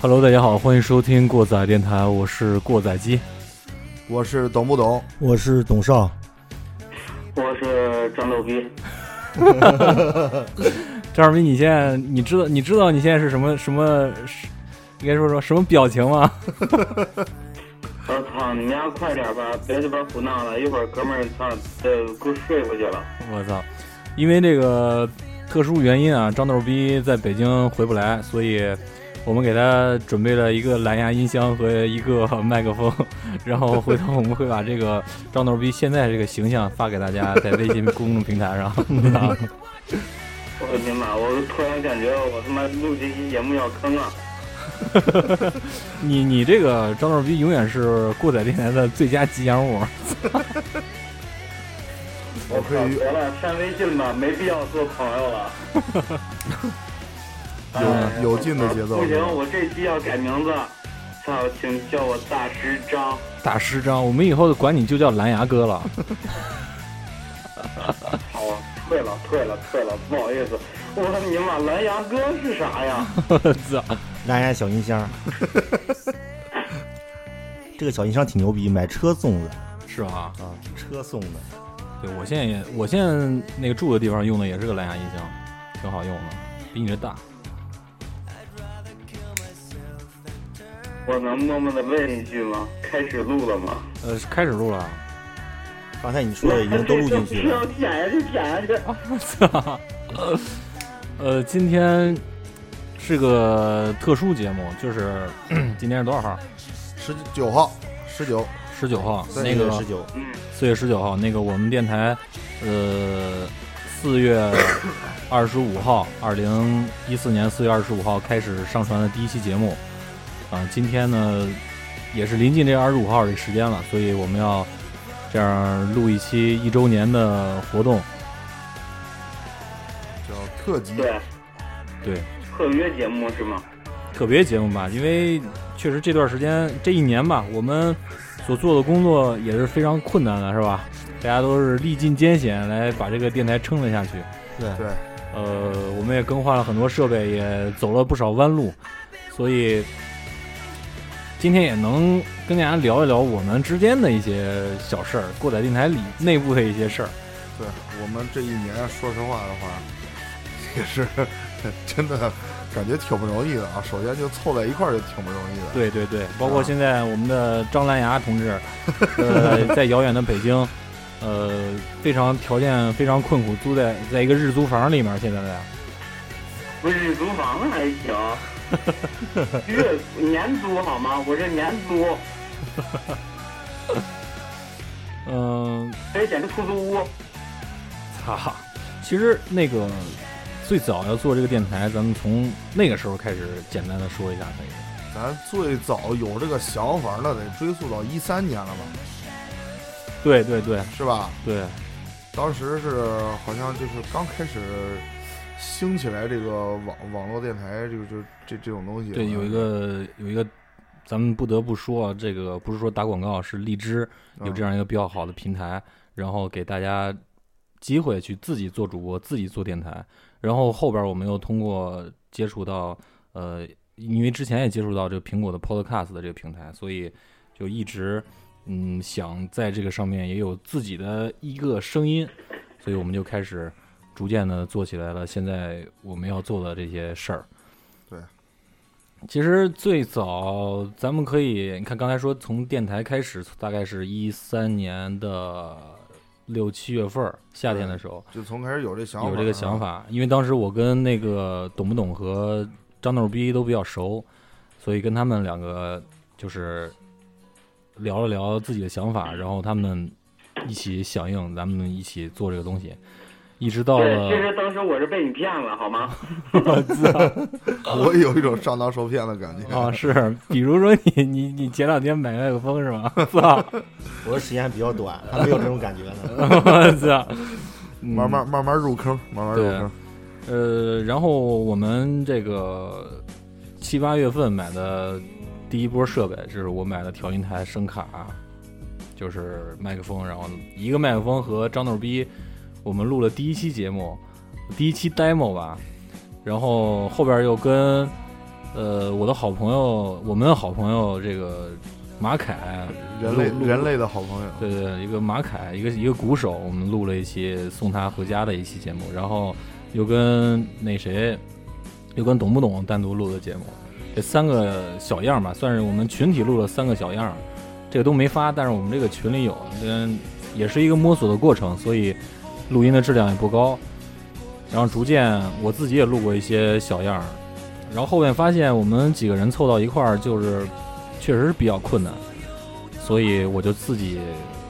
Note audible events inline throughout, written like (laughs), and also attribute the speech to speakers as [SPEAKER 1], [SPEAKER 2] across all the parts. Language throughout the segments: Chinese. [SPEAKER 1] Hello，大家好，欢迎收听过载电台，我是过载机。
[SPEAKER 2] 我是懂不懂？
[SPEAKER 3] 我是董少，
[SPEAKER 4] 我是战斗机，
[SPEAKER 1] 张二斌，你现在你知道你知道你现在是什么什么？是应该说说什么表情吗？
[SPEAKER 4] 我操，你丫呃快点吧，别鸡巴胡闹了，一会儿哥们儿操得给我睡回去了。
[SPEAKER 1] 我操！因为这个特殊原因啊，张豆逼在北京回不来，所以我们给他准备了一个蓝牙音箱和一个 (laughs) 麦克风，然后回头我们会把这个 (laughs) 张豆逼现在这个形象发给大家， (laughs) 在微信公众平台上。 (laughs)
[SPEAKER 4] 我的妈！我突然感觉我他妈录这期节目要坑啊！
[SPEAKER 1] 你你这个张豆逼永远是过载电台的最佳吉祥物。
[SPEAKER 2] 我可以
[SPEAKER 4] 得了，删微信吧，没必要做朋友了。
[SPEAKER 2] (laughs)
[SPEAKER 4] 哎
[SPEAKER 2] 有有劲的节奏
[SPEAKER 4] 不行，我这期要改名字，操，请叫我大师张。
[SPEAKER 1] 大师张，我们以后管你就叫蓝牙哥了。
[SPEAKER 4] 好，啊退了，退了，退了，不好意思。我的尼玛，蓝牙哥是
[SPEAKER 2] (laughs)
[SPEAKER 4] 啥呀？
[SPEAKER 1] 我操！
[SPEAKER 3] 蓝牙小音箱。这个小音箱挺牛逼，买车送的
[SPEAKER 1] (laughs) 是吧？
[SPEAKER 3] 啊，车送的。
[SPEAKER 1] 对我现在也，我现在那个住的地方用的也是个蓝牙音箱，挺好用的，比你这大。
[SPEAKER 4] 我能默默的问一句吗？开始录了吗？
[SPEAKER 1] 呃，开始录了。
[SPEAKER 3] 刚才 (laughs) 你说的已经都录进去了
[SPEAKER 4] (laughs) 要。剪下去，剪下去。
[SPEAKER 1] 我操！啊 (laughs) 呃，今天是个特殊节目，就是 (clears throat) 今天是多少号？
[SPEAKER 2] 十九号，十九
[SPEAKER 1] 十九号。
[SPEAKER 2] 对
[SPEAKER 1] 那个
[SPEAKER 3] 十九，
[SPEAKER 4] 嗯，
[SPEAKER 1] 四月十九号，那个我们电台，呃，四月二十五号，二零一四年四月二十五号开始上传的第一期节目，啊、今天呢也是临近这二十五号这时间了，所以我们要这样录一期一周年的活动，
[SPEAKER 2] 叫特级，
[SPEAKER 4] 对，
[SPEAKER 1] 对，
[SPEAKER 4] 特约节目是吗？
[SPEAKER 1] 特别节目吧，因为确实这段时间这一年吧，我们所做的工作也是非常困难的，是吧？大家都是历尽艰险来把这个电台撑了下去。
[SPEAKER 3] 对
[SPEAKER 2] 对，
[SPEAKER 1] 呃，我们也更换了很多设备，也走了不少弯路，所以今天也能跟大家聊一聊我们之间的一些小事儿，过载电台里内部的一些事儿。
[SPEAKER 2] 对我们这一年，说实话的话，也是真的感觉挺不容易的啊。首先就凑在一块儿就挺不容易的，
[SPEAKER 1] 对对对， (laughs) 包括现在我们的张蓝牙同 (laughs) 志，呃，在遥远的北京，呃，非常条件非常困苦，住在在一个日租房里面，现在的
[SPEAKER 4] 不是日租房啊还行，
[SPEAKER 1] (laughs)
[SPEAKER 4] 月年租好吗？我这年租，
[SPEAKER 1] 嗯、
[SPEAKER 4] 得简直出租屋。
[SPEAKER 1] 操！其实那个最早要做这个电台，咱们从那个时候开始简单的说一下可以。
[SPEAKER 2] 咱最早有这个想法那得追溯到一三年了吧，
[SPEAKER 1] 对对对
[SPEAKER 2] 是吧？
[SPEAKER 1] 对，
[SPEAKER 2] 当时是好像就是刚开始呃兴起来这个网网络电台，这个就这这种东西。
[SPEAKER 1] 对，有一个有一个，咱们不得不说啊，这个不是说打广告，是荔枝有这
[SPEAKER 2] 样，
[SPEAKER 1] 样一个比较好的平台，然后给大家机会去自己做主播，自己做电台。然后后边我们又通过接触到呃，因为之前也接触到这个苹果的 Podcast 的这个平台，所以就一直嗯想在这个上面也有自己的一个声音，所以我们就开始逐渐的做起来了。现在我们要做的这些事儿，
[SPEAKER 2] 对。
[SPEAKER 1] 其实最早咱们可以，你看刚才说从电台开始，大概是一三年的六七月份儿，夏天的时候，
[SPEAKER 2] 就从开始有这想法，
[SPEAKER 1] 有这个想，法，因为当时我跟那个懂不懂和张豆逼都比较熟，所以跟他们两个就是聊了聊自己的想法，然后他们一起响应，咱们一起做这个东西，一直到
[SPEAKER 4] 对，其
[SPEAKER 1] 了
[SPEAKER 4] 实当时我是被你骗了，好吗？
[SPEAKER 2] 我也有一种上当受骗的感觉
[SPEAKER 1] 啊，是，比如说你你你前两天买麦克风是吧？操， (laughs) (laughs)
[SPEAKER 3] 我的时间还比较短，还没有这种感觉呢。
[SPEAKER 1] 我操！
[SPEAKER 2] 慢慢慢慢入坑，慢慢
[SPEAKER 1] 嗯
[SPEAKER 2] 入
[SPEAKER 1] 对
[SPEAKER 2] 坑。
[SPEAKER 1] 呃，然后我们这个七八月份买的第一波设备，是我买的调音台、声卡，就是麦克风，然后一个麦克风和张逗逼，我们录了第一期节目，第一期 demo 吧，然后后边又跟呃我的好朋友，我们的好朋友这个马凯，
[SPEAKER 2] 人类
[SPEAKER 1] 录录
[SPEAKER 2] 人类的好朋友，
[SPEAKER 1] 对对，一个马凯，一个一个鼓手，我们录了一期送他回家的一期节目，然后又跟那谁，又跟懂不懂单独录的节目，这三个小样儿吧，算是我们群体录了三个小样儿，这个都没发，但是我们这个群里有，嗯，也是一个摸索的过程，所以录音的质量也不高。然后逐渐我自己也录过一些小样儿，然后后面发现我们几个人凑到一块儿，就是确实是比较困难，所以我就自己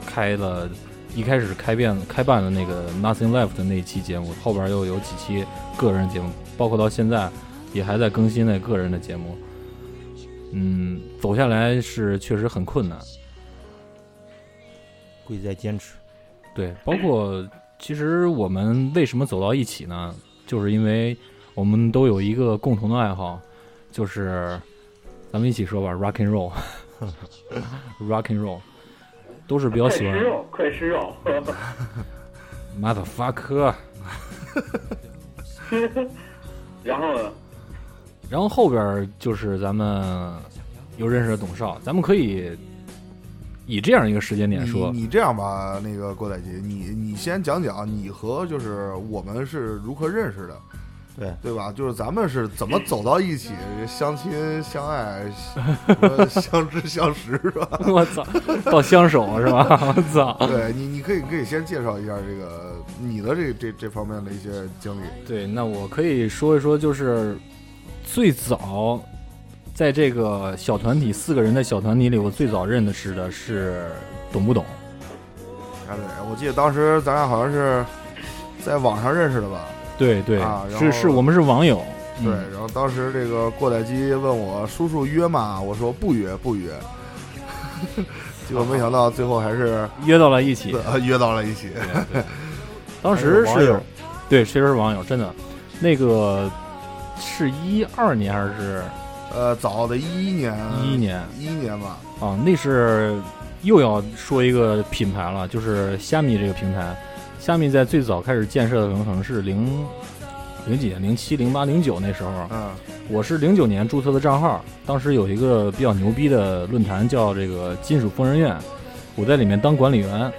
[SPEAKER 1] 开了，一开始是开遍开办了那个 Nothing Left 的那一期节目，后边又有几期个人节目，包括到现在也还在更新那个人的节目。嗯，走下来是确实很困难，
[SPEAKER 3] 贵在坚持。
[SPEAKER 1] 对，包括其实我们为什么走到一起呢？就是因为我们都有一个共同的爱好，就是咱们一起说吧，rock and (laughs) roll，rock and roll，都是比较
[SPEAKER 4] 快
[SPEAKER 1] 喜
[SPEAKER 4] 吃
[SPEAKER 1] 欢。
[SPEAKER 4] 肉，快吃肉！ (laughs)
[SPEAKER 1] motherfucker。
[SPEAKER 4] 然后呢
[SPEAKER 1] 然后后边儿就是咱们又认识了董少，咱们可以以这样一个时间点说，
[SPEAKER 2] 你你这样吧，那个郭采洁，你你先讲讲你和就是我们是如何认识的，
[SPEAKER 3] 对
[SPEAKER 2] 对吧？就是咱们是怎么走到一起，相亲相爱，什
[SPEAKER 1] (laughs)
[SPEAKER 2] 么相知相识是吧？
[SPEAKER 1] (laughs) 我操，到相守是吧？ (laughs) 我操，
[SPEAKER 2] 对你，你可以可以先介绍一下这个你的这这这方面的一些经历。
[SPEAKER 1] 对，那我可以说一说，就是最早在这个小团体四个人的小团体里，我最早认识的是懂不懂？
[SPEAKER 2] 啊，对，我记得当时咱俩好像是在网上认识的吧？
[SPEAKER 1] 对对，
[SPEAKER 2] 啊然后
[SPEAKER 1] 是是我们是网友，
[SPEAKER 2] 对，
[SPEAKER 1] 嗯
[SPEAKER 2] 然后当时这个过载机问我叔叔约吗？我说不约
[SPEAKER 1] (laughs)
[SPEAKER 2] 不约，结果没想到最后还是
[SPEAKER 1] 约到了一起。
[SPEAKER 2] 呃约到了一起。
[SPEAKER 1] 当时
[SPEAKER 3] 网友
[SPEAKER 1] 是，对，确实是网友，真的，那个是一二年还是
[SPEAKER 2] 呃，早的一一年，
[SPEAKER 1] 一一年
[SPEAKER 2] 一一年吧，
[SPEAKER 1] 啊？那是又要说一个品牌了，就是虾米这个平台。虾米在最早开始建设的时候可能是零零几年，零七、零八、零九那时候，
[SPEAKER 2] 嗯，
[SPEAKER 1] 我是零九年注册的账号，当时有一个比较牛逼的论坛叫这个金属疯人院，我在里面当管理员，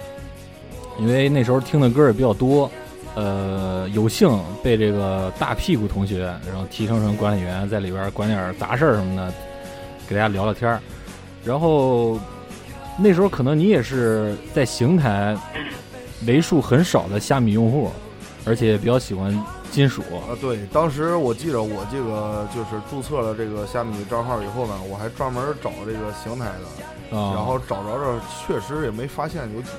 [SPEAKER 1] 因为那时候听的歌也比较多，呃，有幸被这个大屁股同学然后提升成管理员，在里边管点杂事儿什么的，给大家聊聊天儿。然后那时候可能你也是在邢台为数很少的虾米用户，而且比较喜欢金属，
[SPEAKER 2] 啊，对，当时我记着我这个就是注册了这个虾米账号以后呢，我还专门找这个邢台的，
[SPEAKER 1] 啊，
[SPEAKER 2] (laughs) 然后找着着，确实也没发现有几，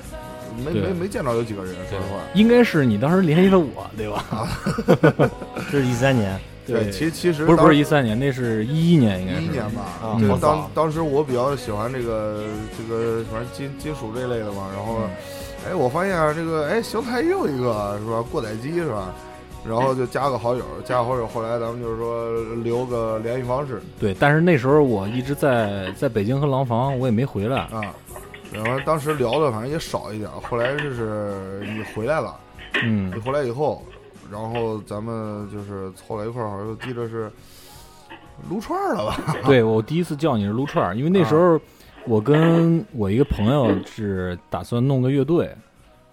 [SPEAKER 2] 没
[SPEAKER 1] 对
[SPEAKER 2] 没没见着有几个人，说实话。
[SPEAKER 1] 应该是你当时联系的我，对吧？
[SPEAKER 3] 这是一三年，
[SPEAKER 2] 其实其实
[SPEAKER 1] 不是不是
[SPEAKER 2] 一
[SPEAKER 1] 一三年，那是一一年，应该是
[SPEAKER 2] 一年吧。
[SPEAKER 3] 啊
[SPEAKER 2] 对
[SPEAKER 3] 好，早
[SPEAKER 2] 当当时我比较喜欢这个这个反正金金属这类的嘛，然后，哎，我发现啊这个哎邢台也有一个是吧，过载机是吧？然后就加个好友，加个好友，后来咱们就是说留个联系方式
[SPEAKER 1] 对，但是那时候我一直在在北京和廊坊，我也没回来。
[SPEAKER 2] 啊。然后当时聊的反正也少一点，后来就是你回来了，
[SPEAKER 1] 嗯
[SPEAKER 2] 你，回来以后，然后咱们就是凑到一块儿，好像记得是撸串儿了吧？
[SPEAKER 1] (laughs) 对我第一次叫你是撸串儿，因为那时候我跟我一个朋友是打算弄个乐队，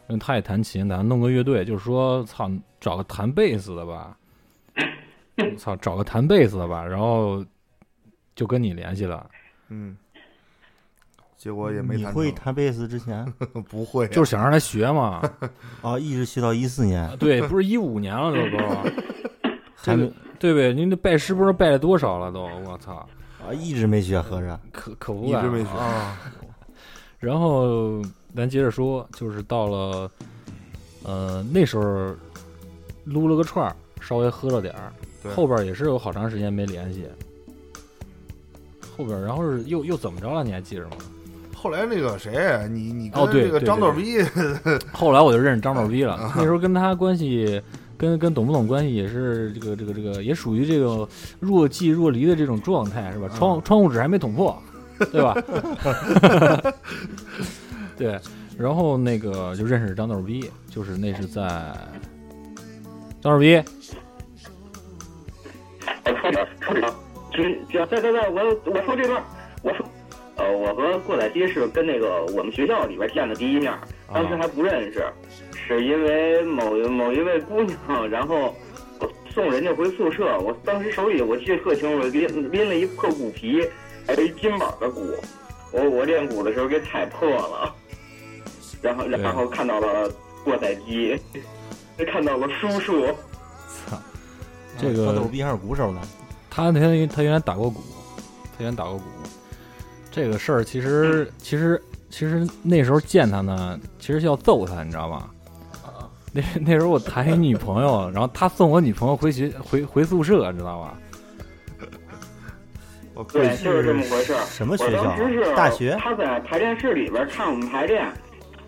[SPEAKER 1] 因为他也弹琴，打算弄个乐队，就是说操找个弹贝斯的吧，操找个弹贝斯的吧，然后就跟你联系了。
[SPEAKER 2] 嗯，结果也没
[SPEAKER 3] 你
[SPEAKER 2] 谈
[SPEAKER 3] 会
[SPEAKER 2] 成
[SPEAKER 3] 弹贝斯之前
[SPEAKER 2] (laughs) 不会啊，
[SPEAKER 1] 就是想让他学嘛，
[SPEAKER 3] 啊，一直学到一四年，
[SPEAKER 1] 对，不是一五年了都都，
[SPEAKER 3] 还没
[SPEAKER 1] 对呗，您这拜师不知道拜了多少了都，我操，
[SPEAKER 3] 啊，一直没学，合着
[SPEAKER 1] 可可不
[SPEAKER 2] 一
[SPEAKER 1] 敢
[SPEAKER 2] 直没学
[SPEAKER 1] 了。然后咱接着说，就是到了，呃，那时候撸了个串儿，稍微喝了点儿，
[SPEAKER 2] 对
[SPEAKER 1] 后边也是有好长时间没联系。后边，然后是又又怎么着了？你还记着吗？
[SPEAKER 2] 后后来那个谁，你你
[SPEAKER 1] 哦
[SPEAKER 2] 跟
[SPEAKER 1] 对
[SPEAKER 2] 这个
[SPEAKER 1] 对
[SPEAKER 2] 张
[SPEAKER 1] 对
[SPEAKER 2] 逗逼，
[SPEAKER 1] 后来我就认识张宝逼了，那时候跟他关系。跟跟懂不懂关系也是这个这个这个，也属于这个若即若离的这种状态是吧？窗窗户纸还没捅破，对吧？对，然后那个就认识张逗逼，就是那是在张逗逼，
[SPEAKER 4] 哎，快点，快点，只只要在在在，我我说这段，我说，呃，我和过载机是跟那个我们学校里边见的第一面，当时还不认识，是因为某某一位姑娘，然后我送人家回宿舍，我当时手里我记得特清楚，拎拎了一破鼓皮，还有一金板的鼓，我我练鼓的时候给踩破了，然后然后看到了过载机，看到了叔叔。
[SPEAKER 1] 操，这
[SPEAKER 3] 他
[SPEAKER 1] 个
[SPEAKER 3] 逗逼还是鼓手呢，
[SPEAKER 1] 他那天他原来打过鼓，他原来打过鼓。这个事儿其实其实其实那时候见他呢，其实是要揍他，你知道吗？那那时候我谈一女朋友，然后他送我女朋友回学回回宿舍，你知道吧？
[SPEAKER 2] 我
[SPEAKER 4] 对，
[SPEAKER 2] 贵
[SPEAKER 4] 哎就是这么回事儿。
[SPEAKER 3] 什么学
[SPEAKER 4] 我
[SPEAKER 3] 校啊
[SPEAKER 4] 当时是
[SPEAKER 3] 大学
[SPEAKER 4] 他在排练室里边看我们排练，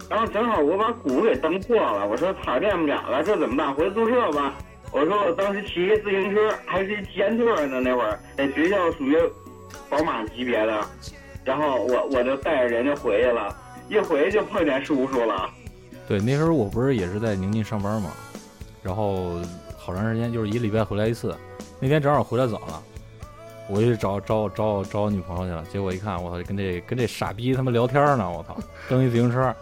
[SPEAKER 4] 然后正好我把鼓给蹬破了，我说操，练不了了，这怎么办？回宿舍吧。我说我当时骑一自行车，还是一骑安特呢，那会儿在学校属于宝马级别的，然后我我就带着人家回去了，一回去就碰见叔叔了。
[SPEAKER 1] 对，那时候我不是也是在宁晋上班嘛，然后好长时间就是一礼拜回来一次。那天正好回来早了，我就找找找找我女朋友去了，结果一看，我操，跟这跟这傻逼他妈聊天呢，我操，蹬一自行车，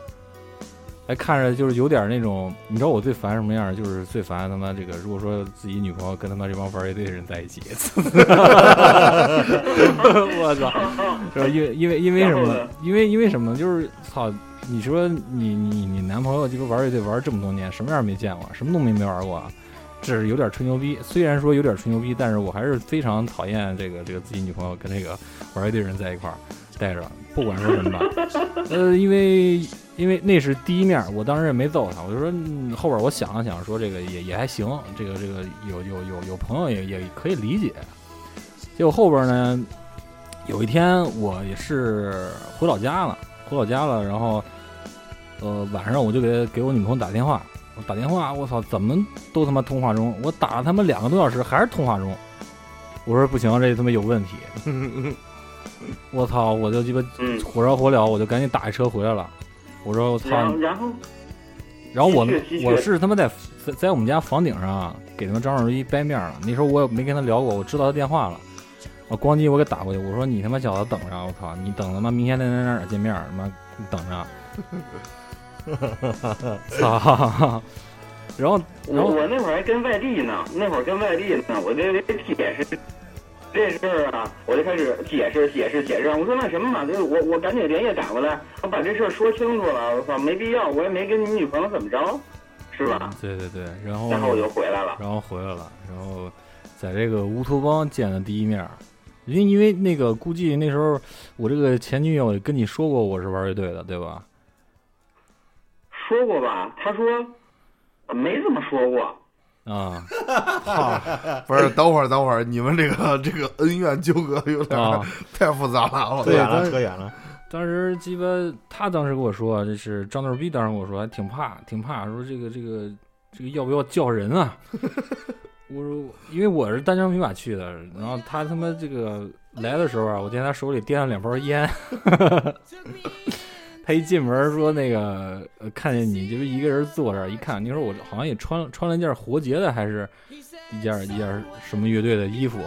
[SPEAKER 1] 哎，看着就是有点那种，你知道我最烦什么样？就是最烦他妈这个，如果说自己女朋友跟他妈这帮玩乐队的人在一起， (laughs) 我操！就是因为因为因为什
[SPEAKER 4] 然后
[SPEAKER 1] 么
[SPEAKER 4] 呢？
[SPEAKER 1] 因为因为什么呢？就是操，你说你你你男朋友鸡巴玩乐队玩这么多年，什么样没见过？什么都没没玩过啊？只是有点吹牛逼，虽然说有点吹牛逼，但是我还是非常讨厌这个这个自己女朋友跟这个玩乐队人在一块儿带着，不管说什么吧。呃，因为因为那是第一面，我当时也没揍他，我就说、嗯后边我想了想，说这个也也还行，这个这个有有有有朋友也也可以理解。结果后边呢，有一天我也是回老家了，回老家了，然后呃晚上我就给给我女朋友打电话，我打电话，我操，怎么都他妈通话中，我打了他妈两个多小时还是通话中，我说不行，这他妈有问题，我操，我就鸡巴
[SPEAKER 4] 嗯，
[SPEAKER 1] 火烧火燎，我就赶紧打一车回来了。我说我操！
[SPEAKER 4] 然后然后
[SPEAKER 1] 然后我
[SPEAKER 4] 继续继续
[SPEAKER 1] 我是他妈在在在我们家房顶上啊给他们张守一掰面了。那时候我也没跟他聊过，我知道他电话了。我咣叽我给打过去，我说你他妈小子等着啊，我操！你等他妈明天在哪哪哪见面，他妈你等着。啊操！然后然
[SPEAKER 4] 我
[SPEAKER 1] 后
[SPEAKER 4] 我那会儿还跟外地呢，那会儿跟外地呢，我就给解释这事儿啊，我就开始解释解释解释。我说那什么嘛，就是我我赶紧连夜赶过来，我把这事儿说清楚了。我操，没必要，我也没跟你女朋友怎么着，是吧？
[SPEAKER 1] 对对对，然后
[SPEAKER 4] 然后我就回来了。
[SPEAKER 1] 然后回来了，然后在这个乌托邦见了第一面儿，因为因为那个估计那时候我这个前女友也跟你说过我是玩乐队的，对吧？
[SPEAKER 4] 说过吧？他说没这么说过。
[SPEAKER 1] 啊
[SPEAKER 2] 不是，等会儿等会儿，你们这个这个恩怨纠葛有点儿 (laughs)
[SPEAKER 1] 啊！
[SPEAKER 2] 太复杂了，我
[SPEAKER 3] 扯
[SPEAKER 1] 对
[SPEAKER 3] 远
[SPEAKER 1] 但
[SPEAKER 3] 了，啊扯远了。
[SPEAKER 1] 当时鸡巴他当时跟我说，这是张逗逼，当时跟我说还挺怕，挺怕，说这个这个这个要不要叫人啊？ (laughs) 我说，因为我是单枪匹马去的，然后他他妈这个来的时候啊，我见他手里掂了两包烟， (laughs) 他一进门说那个、呃看见你就是一个人坐这儿，一看那时候我好像也穿穿了一件活结的，还是一件一件什么乐队的衣服，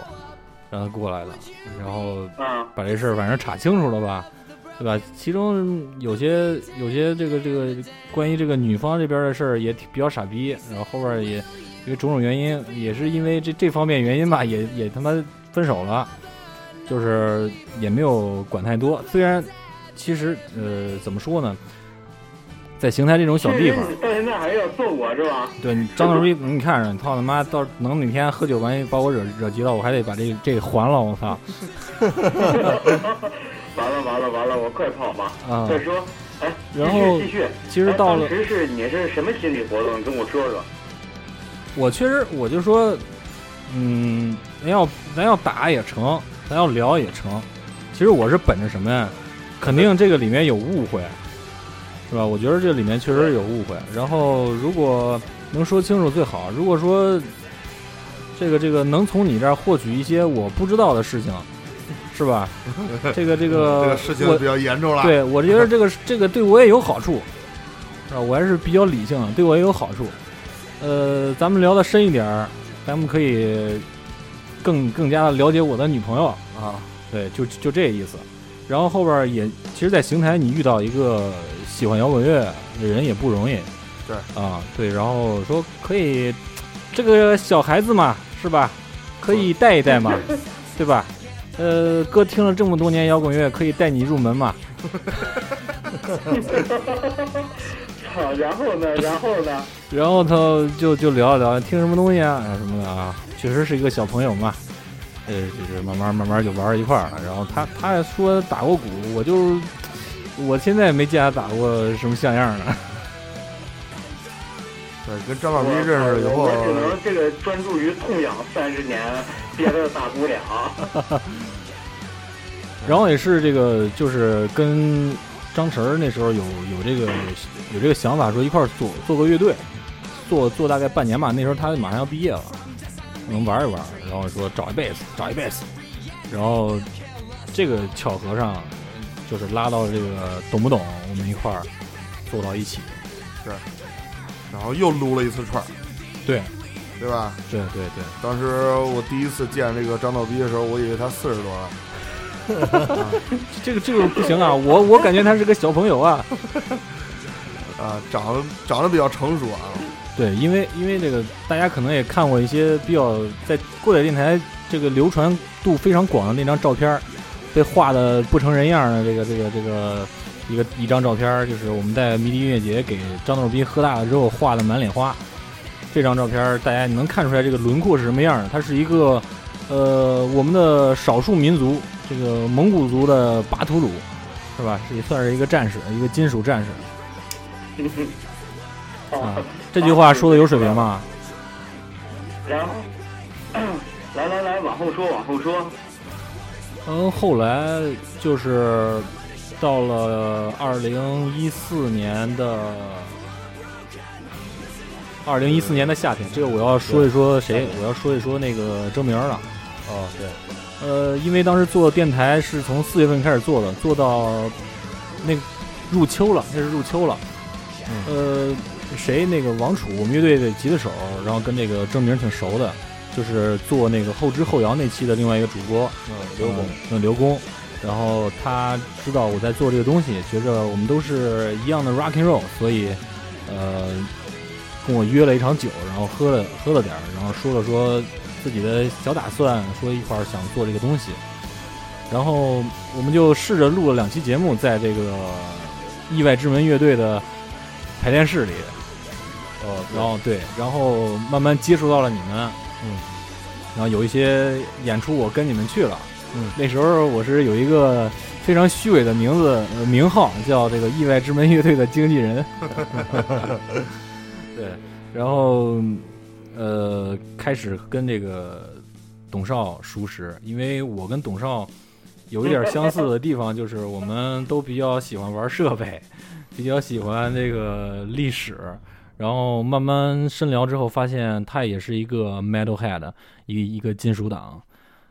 [SPEAKER 1] 然后过来的，然后
[SPEAKER 4] 啊，
[SPEAKER 1] 把这事儿反正查清楚了吧，对吧？其中有些有些这个这个关于这个女方这边的事儿也挺比较傻逼，然后后边儿也因为种种原因，也是因为这这方面原因吧，也也他妈分手了，就是也没有管太多。虽然其实呃怎么说呢，在邢台这种小地方
[SPEAKER 4] 其实，你到现在还是要揍我是吧？ (laughs)
[SPEAKER 1] 对你张德瑞， (laughs) 你看着，操他妈，到能哪天喝酒万一把我惹惹急了，我还得把这这还了，我操
[SPEAKER 4] 完了完了完了，我快跑吧！
[SPEAKER 1] 啊！
[SPEAKER 4] 再说，哎，继
[SPEAKER 1] 然后
[SPEAKER 4] 续继续。
[SPEAKER 1] 其实
[SPEAKER 4] 哎
[SPEAKER 1] 到了
[SPEAKER 4] 当。时是你是什么心理活动？跟我说说。
[SPEAKER 1] 我确实我就说，嗯，咱要咱要打也成，咱要聊也成。其实我是本着什么呀？肯定这个里面有误会，是吧？我觉得这里面确实有误会。然后如果能说清楚最好。如果说这个这个能从你这儿获取一些我不知道的事情，是
[SPEAKER 2] (laughs)
[SPEAKER 1] 吧？这个这
[SPEAKER 2] 嗯这
[SPEAKER 1] 个
[SPEAKER 2] 个事
[SPEAKER 1] 我
[SPEAKER 2] 情比较严重了。
[SPEAKER 1] 对，我觉得这个这个对我也有好处，是吧？我还是比较理性的，对我也有好处。呃，咱们聊的深一点儿，咱们可以更更加的了解我的女朋友，
[SPEAKER 2] 啊，
[SPEAKER 1] 对，就就这意思。然后后边儿也，其实，在邢台你遇到一个喜欢摇滚乐的人也不容易，
[SPEAKER 2] 对
[SPEAKER 1] 啊，对。然后说可以，这个小孩子嘛，是吧？可以带一带嘛，对吧？呃，哥听了这么多年摇滚乐，可以带你入门嘛？
[SPEAKER 4] 好， (laughs) 然后呢，然后呢，
[SPEAKER 1] 然后他就就聊一聊听什么东西啊什么的啊，确实是一个小朋友嘛，呃，就是慢慢慢慢就玩到一块儿了。然后他他还说打过鼓，我就我现在没见他打过什么像样的。
[SPEAKER 2] 对，跟张老逼认识以后
[SPEAKER 4] 我，我只能这个专注于痛痒三十年，别的打不了。
[SPEAKER 1] 然后也是这个就是跟张晨儿那时候有有这个有这个想法，说一块儿做做个乐队，做做大概半年吧。那时候他马上要毕业了，能玩一玩，然后说找一贝斯，找一贝斯，然后这个巧合上就是拉到这个懂不懂，我们一块儿做到一起。
[SPEAKER 2] 然后又撸了一次串儿，
[SPEAKER 1] 对
[SPEAKER 2] 对吧？
[SPEAKER 1] 对对对，
[SPEAKER 2] 当时我第一次见这个张逗逼的时候，我以为他四十多了。
[SPEAKER 1] 这个这个不行啊，我我感觉他是个小朋友啊。
[SPEAKER 2] 啊，长得长得比较成熟啊，
[SPEAKER 1] 对，因为因为这个，大家可能也看过一些比较在过载电台这个流传度非常广的那张照片儿，被画的不成人样儿的这个这个这个一个一张照片儿，就是我们在迷笛音乐节给张逗逼喝大了之后画的满脸花。这张照片儿大家能看出来这个轮廓是什么样儿的，它是一个呃我们的少数民族这个蒙古族的巴图鲁，是吧？是也算是一个战士，一个金属战士。啊
[SPEAKER 4] 哦，
[SPEAKER 1] 这句话说的有水平吗？
[SPEAKER 4] (laughs) 然后， (clears throat) 来来来，往后说，往后说。
[SPEAKER 1] 嗯，后来就是到了二零一四年的二零一四年的夏天，这个我要说一说谁？我要说一说那个周明儿了。
[SPEAKER 3] 哦，对，
[SPEAKER 1] 呃，因为当时做电台是从四月份开始做的，做到那个入秋了，那是入秋了。呃，谁那个王楚，我们乐队的吉他手，然后跟这个郑明挺熟的，就是做那个后知后摇那期的另外一个主播，
[SPEAKER 2] 嗯，刘
[SPEAKER 1] 工
[SPEAKER 2] 工，，
[SPEAKER 1] 嗯，刘工。然后他知道我在做这个东西，觉着我们都是一样的 rock and roll，所以，呃，跟我约了一场酒，然后喝了喝了点儿，然后说了说自己的小打算，说一块儿想做这个东西。然后我们就试着录了两期节目，在这个意外之门乐队的排练室里，呃
[SPEAKER 2] 哦，
[SPEAKER 1] 然后对，然后慢慢接触到了你们，
[SPEAKER 3] 嗯，
[SPEAKER 1] 然后有一些演出我跟你们去了，
[SPEAKER 3] 嗯，
[SPEAKER 1] 那时候我是有一个非常虚伪的名字、呃、名号，叫这个意外之门乐队的经纪人， (laughs) 对，然后呃开始跟这个董少熟识，因为我跟董少有一点相似的地方，就是我们都比较喜欢玩设备，比较喜欢这个历史。然后慢慢深聊之后，发现他也是一个 metalhead，一个一个金属党，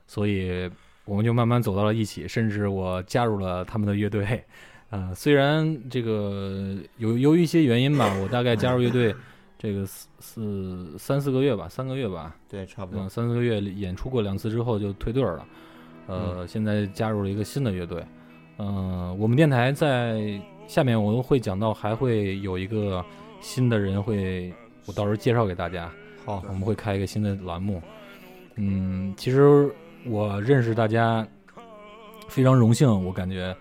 [SPEAKER 1] 所以我们就慢慢走到了一起，甚至我加入了他们的乐队。 (laughs) 呃，虽然这个由由于一些原因吧，我大概加入乐队这个四四三四个月吧，三个月吧，
[SPEAKER 3] 对，差不
[SPEAKER 1] 嗯，
[SPEAKER 3] 多。
[SPEAKER 1] 三四个月里演出过两次之后就退队儿了，呃，
[SPEAKER 3] 嗯
[SPEAKER 1] 现在加入了一个新的乐队，嗯、我们电台在下面我们会讲到，还会有一个新的人会，我到时候介绍给大家，
[SPEAKER 3] 好
[SPEAKER 1] 我，们会开一个新的栏目，嗯，其实我认识大家非常荣幸，我感觉，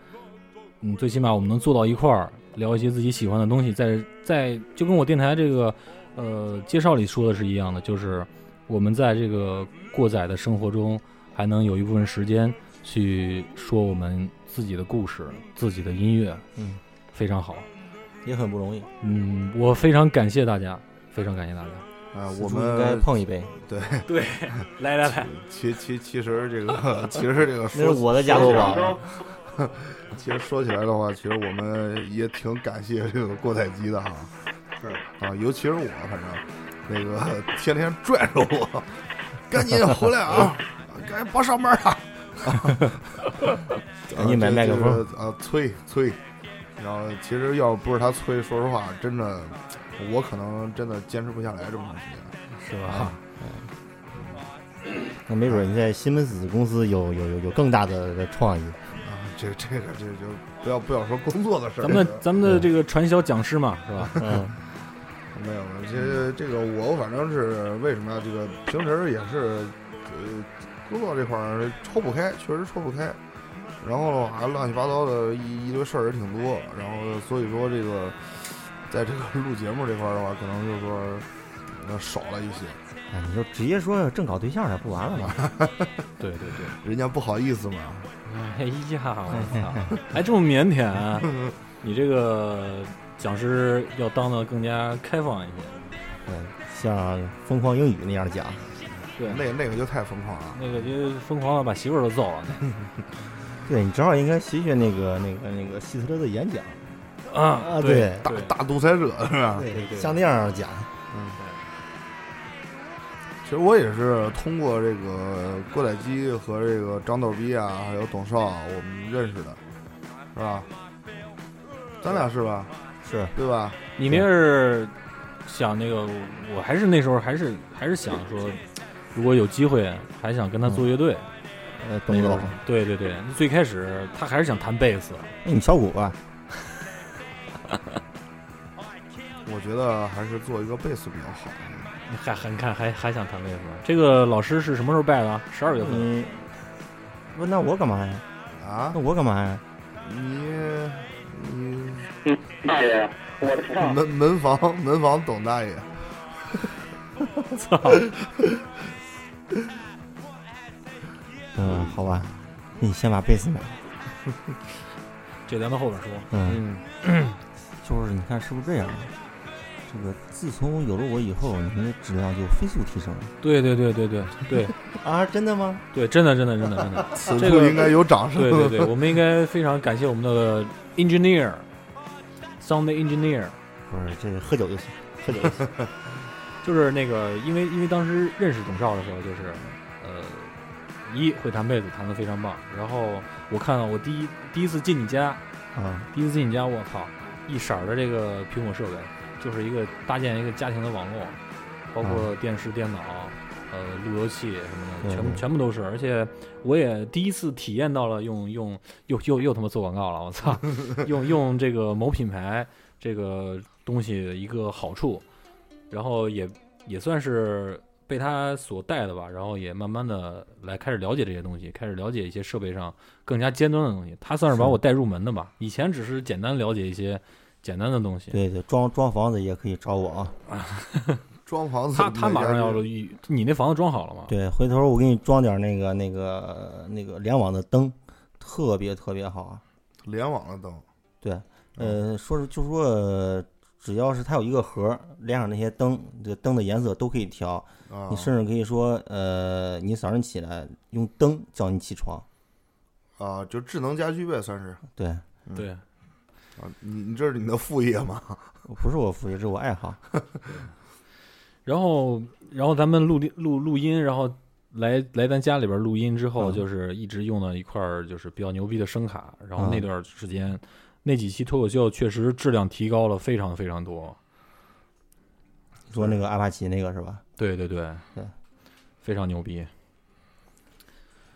[SPEAKER 1] 嗯，最起码我们能坐到一块儿聊一些自己喜欢的东西，在在就跟我电台这个呃介绍里说的是一样的，就是我们在这个过载的生活中，还能有一部分时间去说我们自己的故事、自己的音乐，
[SPEAKER 3] 嗯，
[SPEAKER 1] 非常好，
[SPEAKER 3] 也很不容易，
[SPEAKER 1] 嗯，我非常感谢大家，非常感谢大家。
[SPEAKER 2] 啊，
[SPEAKER 3] 此
[SPEAKER 2] 我
[SPEAKER 3] 处应该
[SPEAKER 2] 们
[SPEAKER 3] 碰一杯。
[SPEAKER 1] 对，来来来，
[SPEAKER 2] 其其其实这个其实这个
[SPEAKER 3] 那是
[SPEAKER 2] 说
[SPEAKER 3] 我的家
[SPEAKER 4] 我
[SPEAKER 3] 伙
[SPEAKER 4] 想
[SPEAKER 3] 吧？
[SPEAKER 4] 说，
[SPEAKER 2] 其实说起来的话，其实我们也挺感谢这个过载机的哈，是啊，尤其是我，反正那个天天拽着我，赶紧回来啊，赶紧别上班了，
[SPEAKER 3] 赶紧买麦克风
[SPEAKER 2] 啊这这个啊，催催。然后其实要不是他催，说实话，真的我可能真的坚持不下来这么长时间。
[SPEAKER 3] 是吧？那没准你在西门子公司有有有有更大的的创意，
[SPEAKER 2] 啊，这这个这就不要不要说工作的事儿，
[SPEAKER 1] 咱们
[SPEAKER 2] 这个
[SPEAKER 1] 咱们的这个传销讲师嘛，是
[SPEAKER 3] (laughs)
[SPEAKER 1] 吧？
[SPEAKER 3] 嗯，
[SPEAKER 2] 没有，没有这这个我反正是为什么呀？这个平时也是，呃，工作这块儿抽不开，确实抽不开。然后还乱七八糟的一一堆事儿也挺多，然后所以说这个，在这个录节目这块儿的话，可能就是说呃少了一些，
[SPEAKER 3] 哎，你就直接说正搞对象呢，不完了 (laughs) 吗？
[SPEAKER 1] 对对对。
[SPEAKER 2] 人家不好意思嘛。
[SPEAKER 1] 哎呀， (laughs) 我操！还哎这么腼腆、啊你这个讲师要当的更加开放一些。
[SPEAKER 3] 嗯，像《疯狂英语》那 (laughs) 样讲，
[SPEAKER 1] 对，
[SPEAKER 2] 那那个就太疯狂了。
[SPEAKER 1] 那个就疯狂的把媳妇儿都揍了。
[SPEAKER 3] 对你正好应该学学那个那个那个希特勒的演讲
[SPEAKER 1] 啊
[SPEAKER 3] 啊，，对
[SPEAKER 2] 大
[SPEAKER 1] 对
[SPEAKER 2] 大独裁者是吧？
[SPEAKER 3] 啊
[SPEAKER 1] 对对
[SPEAKER 3] 像那样讲，
[SPEAKER 2] 其实我也是通过这个郭载基和这个张逗逼啊，还有董少，我们认识的，是吧？咱俩是吧？
[SPEAKER 3] 是
[SPEAKER 2] 对吧？
[SPEAKER 1] 你那是想那个，我还是那时候还是还是想说，如果有机会，还想跟他做乐队。
[SPEAKER 3] 呃，
[SPEAKER 1] 那
[SPEAKER 3] 懂
[SPEAKER 1] 时
[SPEAKER 3] 不
[SPEAKER 1] 候
[SPEAKER 3] 嗯懂？
[SPEAKER 1] 对对对，最开始他还是想弹贝斯，
[SPEAKER 3] 那哎你敲鼓吧，
[SPEAKER 2] 我觉得还是做一个贝斯比较好。
[SPEAKER 1] 你还还你看还还想弹贝斯。这个老师是什么时候拜的？啊十二月份。
[SPEAKER 3] 你问那我干嘛呀？
[SPEAKER 1] 哦
[SPEAKER 2] 啊
[SPEAKER 3] 那，我干嘛呀？
[SPEAKER 2] 你你
[SPEAKER 4] 大爷，我的头上
[SPEAKER 2] 门门房门房董大爷，
[SPEAKER 1] 操！
[SPEAKER 3] 嗯，好吧，你先把贝斯买。
[SPEAKER 1] 这咱们后边说。
[SPEAKER 3] 嗯，
[SPEAKER 1] 嗯，
[SPEAKER 3] (clears throat) 就是你看是不是这样？这个自从有了我以后，你们的质量就飞速提升了
[SPEAKER 1] 对对对对对对
[SPEAKER 3] 啊！真的吗？
[SPEAKER 1] 对，真的真的真的
[SPEAKER 3] (laughs)
[SPEAKER 1] 真的，
[SPEAKER 2] 此
[SPEAKER 1] 这
[SPEAKER 2] 处
[SPEAKER 1] 个
[SPEAKER 2] 应该有掌声。
[SPEAKER 1] 对对对，我们应该非常感谢我们的 engineer。sound engineer
[SPEAKER 3] 不是，这是喝酒就行，喝酒就 (laughs) 行。
[SPEAKER 1] 就是那个，因为因为当时认识董少的时候，就是呃，一会弹贝斯，弹得非常棒。然后我看到我第一第一次进你家，
[SPEAKER 3] 啊，
[SPEAKER 1] 第一次进你家，我操，一色儿的这个苹果设备，就是一个搭建一个家庭的网络，包括电视、电脑，呃，路由器什么的，
[SPEAKER 3] 对
[SPEAKER 1] 全部
[SPEAKER 3] 对
[SPEAKER 1] 全部都是。而且我也第一次体验到了用用又又又他妈做广告了，我操，用用这个某品牌这个东西的一个好处，然后也也算是。被它所带的吧，然后也慢慢的来开始了解这些东西，开始了解一些设备上更加尖端的东西。他算是把
[SPEAKER 3] 是
[SPEAKER 1] 我带入门的吧，以前只是简单了解一些简单的东西。
[SPEAKER 3] 对对，装装房子也可以找我啊。
[SPEAKER 2] 装房子
[SPEAKER 1] 他他马上要
[SPEAKER 2] 买家具
[SPEAKER 1] 预，你那房子装好了吗？
[SPEAKER 3] 对，回头我给你装点那个那个那个联网的灯，特别特别好啊。
[SPEAKER 2] 联网了灯，
[SPEAKER 3] 对，呃，说是就说，呃只要是它有一个盒儿，连上那些灯，这灯的颜色都可以调。
[SPEAKER 2] 啊
[SPEAKER 3] 你甚至可以说，呃，你早上起来用灯叫你起床。
[SPEAKER 2] 啊，就智能家居呗，算是
[SPEAKER 3] 对，
[SPEAKER 1] 对，
[SPEAKER 2] 啊，你你这是你的副业嘛？
[SPEAKER 3] 不是我副业，这是我爱好。
[SPEAKER 1] 然后然后咱们录录录音，然后来来咱家里边录音之后，
[SPEAKER 3] 嗯
[SPEAKER 1] 就是一直用到一块儿就是比较牛逼的声卡，然后
[SPEAKER 3] 嗯
[SPEAKER 1] 那段时间那几期脱口秀确实质量提高了非常非常多。
[SPEAKER 3] 说那个阿帕奇那个是吧？
[SPEAKER 1] 对对对
[SPEAKER 3] 对，
[SPEAKER 1] 非常牛逼。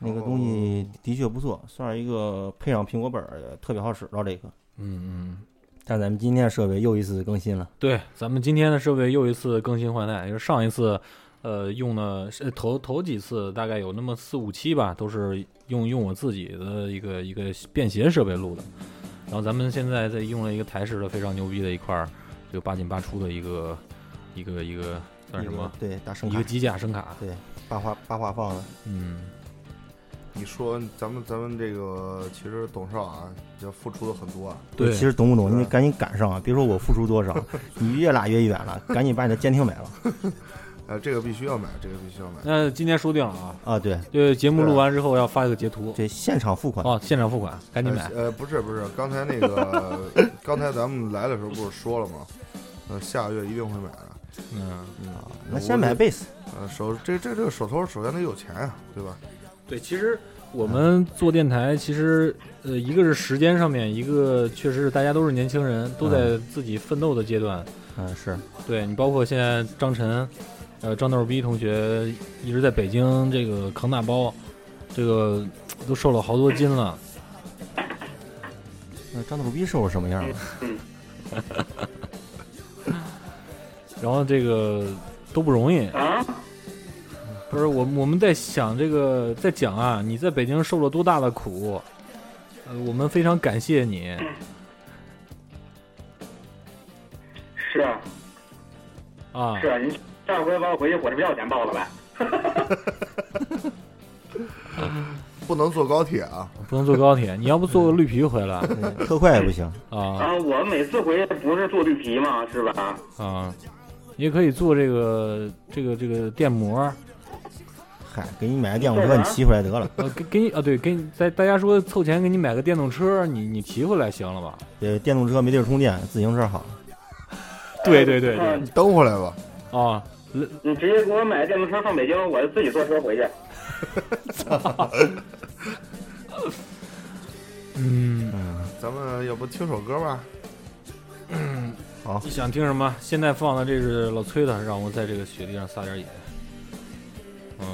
[SPEAKER 3] 那个东西
[SPEAKER 1] 哦
[SPEAKER 3] 的确不错，算是一个配上苹果本儿特别好使到这个。
[SPEAKER 1] 嗯嗯。
[SPEAKER 3] 但咱们今天的设备又一次更新了，
[SPEAKER 1] 对，咱们今天的设备又一次更新换代，因为上一次，呃，用的是头头几次大概有那么四五期吧，都是用用我自己的一个一个便携设备录的，然后咱们现在在用了一个台式的非常牛逼的一块儿，就八进八出的一个一个一个算
[SPEAKER 3] 一
[SPEAKER 1] 什
[SPEAKER 3] 个
[SPEAKER 1] 么？
[SPEAKER 3] 对，大声
[SPEAKER 1] 一
[SPEAKER 3] 卡
[SPEAKER 1] 个，机架声卡，
[SPEAKER 3] 对，八话八话放的，
[SPEAKER 1] 嗯，
[SPEAKER 2] 你说咱们咱们这个其实董少啊，也付出了很多啊。
[SPEAKER 1] 对
[SPEAKER 3] 其，实懂不懂？
[SPEAKER 2] 是
[SPEAKER 3] 你赶紧赶上啊！别说我付出多少，你越拉越远了，赶紧把你的监听买了。
[SPEAKER 2] 哎呃，这个必须要买，这个必须要买。
[SPEAKER 1] 那今天说定了啊，
[SPEAKER 3] 啊，对
[SPEAKER 1] 对，节目录完之后要发一个截图，
[SPEAKER 3] 对，现场付款，
[SPEAKER 1] 哦，现场付款，赶紧买。
[SPEAKER 2] 呃，呃不是不是，刚才那个，刚才咱们来的时候不是说了吗？呃，下个月一定会买的。
[SPEAKER 1] 嗯，
[SPEAKER 3] 啊那先买贝斯，
[SPEAKER 2] 呃，手这这这个手头首先得有钱啊，对吧？
[SPEAKER 1] 对，其实我们做电台，其实呃，一个是时间上面，一个确实是大家都是年轻人，都在自己奋斗的阶段。
[SPEAKER 3] 嗯，是
[SPEAKER 1] 对你，包括现在张晨，呃，张豆逼同学一直在北京这个扛大包，这个都瘦了好多斤了。
[SPEAKER 3] 那张头逼瘦什么样啊了？
[SPEAKER 1] 然后这个都不容易。
[SPEAKER 4] 啊，
[SPEAKER 1] 不是我，我们在想这个，在讲啊，你在北京受了多大的苦，呃，我们非常感谢你。
[SPEAKER 4] 是啊
[SPEAKER 1] 啊，
[SPEAKER 4] 是啊，你下回把我回去火车票钱报了吧？
[SPEAKER 2] 不能坐高铁啊，
[SPEAKER 1] 不能坐高铁，你要不坐个绿皮回来
[SPEAKER 3] 对特快也不行，
[SPEAKER 4] (laughs)
[SPEAKER 1] 啊
[SPEAKER 4] 啊，我每次回去不是坐绿皮吗？是吧？
[SPEAKER 1] 啊，也可以坐这个这个这个电摩，
[SPEAKER 3] 嗨，给你买个电动车，你骑回来得了，
[SPEAKER 1] 呃，给给你啊，对，给你在大家说凑钱给你买个电动车，你你骑回来行了吧？
[SPEAKER 3] 呃，电动车没地儿充电，自行车好，
[SPEAKER 1] 对对对
[SPEAKER 4] 啊
[SPEAKER 1] 对，
[SPEAKER 2] 你蹬回来吧。
[SPEAKER 4] 嗯
[SPEAKER 1] 啊，
[SPEAKER 4] 你直接给我买电动车放北京，我自己坐车回去。
[SPEAKER 1] 嗯，
[SPEAKER 3] 嗯，
[SPEAKER 2] 咱们要不听首歌吧？
[SPEAKER 3] 好，
[SPEAKER 1] 你想听什么？现在放的这是老崔的，让我在这个雪地上撒点野。嗯，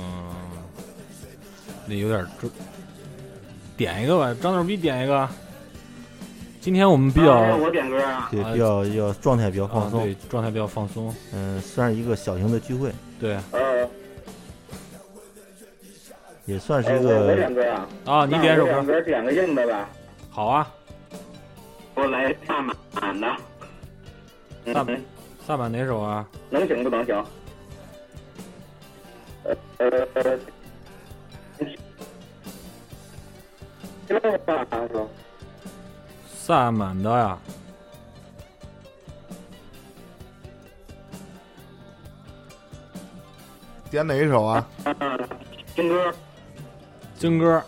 [SPEAKER 1] 那有点重，点一个吧，张豆逼点一个。今天我们比较
[SPEAKER 4] 啊我点歌啊，
[SPEAKER 3] 对
[SPEAKER 1] 啊，
[SPEAKER 3] 比较比较状态比较
[SPEAKER 1] 啊
[SPEAKER 3] 放，松
[SPEAKER 1] 对，，状态比较放松，
[SPEAKER 3] 嗯，算是一个小型的聚会，
[SPEAKER 1] 对
[SPEAKER 4] 呃，
[SPEAKER 3] 也算是
[SPEAKER 4] 哎
[SPEAKER 3] 一
[SPEAKER 4] 我我
[SPEAKER 3] 个
[SPEAKER 4] 点歌啊，
[SPEAKER 1] 啊，你点
[SPEAKER 4] 那
[SPEAKER 1] 首
[SPEAKER 4] 我点
[SPEAKER 1] 歌，
[SPEAKER 4] 歌点个硬的吧，
[SPEAKER 1] 好啊，
[SPEAKER 4] 我来大满的。
[SPEAKER 1] 大
[SPEAKER 4] 嗯，
[SPEAKER 1] 萨满哪首啊？
[SPEAKER 4] 能行不能行？呃呃呃，听到吧，大叔。
[SPEAKER 1] 萨满的呀，
[SPEAKER 2] 点哪一首啊？
[SPEAKER 4] 啊，听歌。
[SPEAKER 1] 金歌。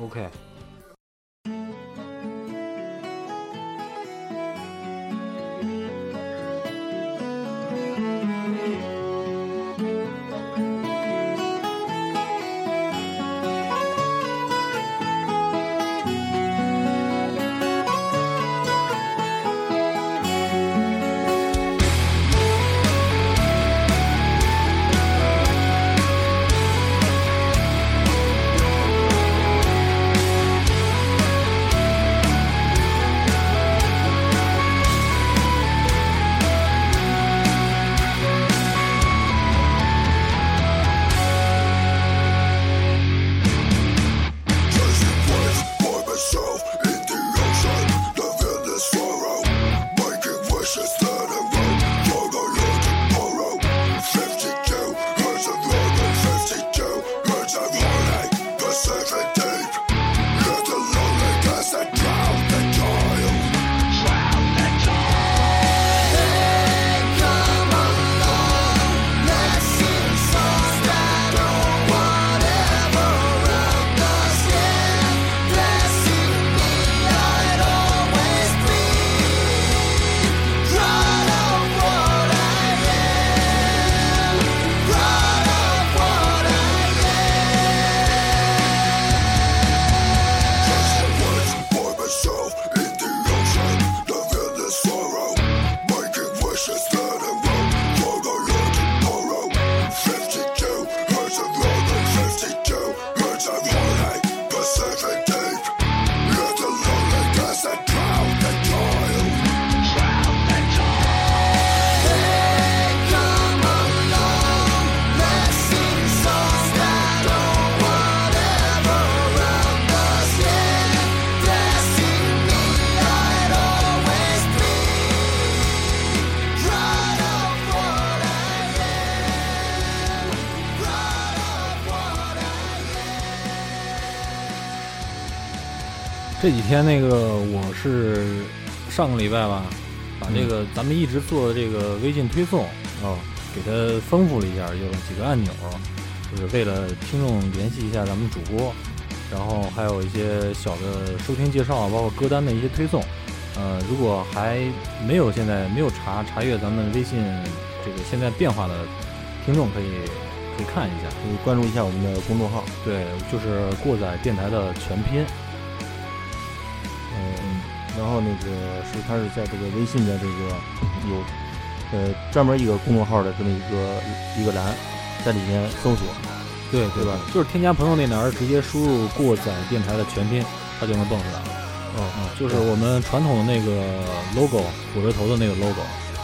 [SPEAKER 1] OK，这几天那个我是上个礼拜吧，把这个咱们一直做的这个微信推送，
[SPEAKER 3] 哦，
[SPEAKER 1] 给它丰富了一下，有几个按钮，就是为了听众联系一下咱们主播，然后还有一些小的收听介绍啊，包括歌单的一些推送。呃，如果还没有现在没有查查阅咱们微信这个现在变化的听众，可以可以看一下。
[SPEAKER 3] 可以关注一下我们的公众号。
[SPEAKER 1] 对，就是过载电台的全拼。
[SPEAKER 3] 嗯，然后那个是它是在这个微信的这个有呃专门一个公众号的这么一个一个栏，在里面搜索。
[SPEAKER 1] 对
[SPEAKER 3] 对吧？
[SPEAKER 1] 就是添加朋友那栏儿直接输入“过载电台”的全拼，它就能蹦出来了。
[SPEAKER 3] 嗯
[SPEAKER 1] 嗯，就是我们传统的那个 logo，火车头的那个 logo。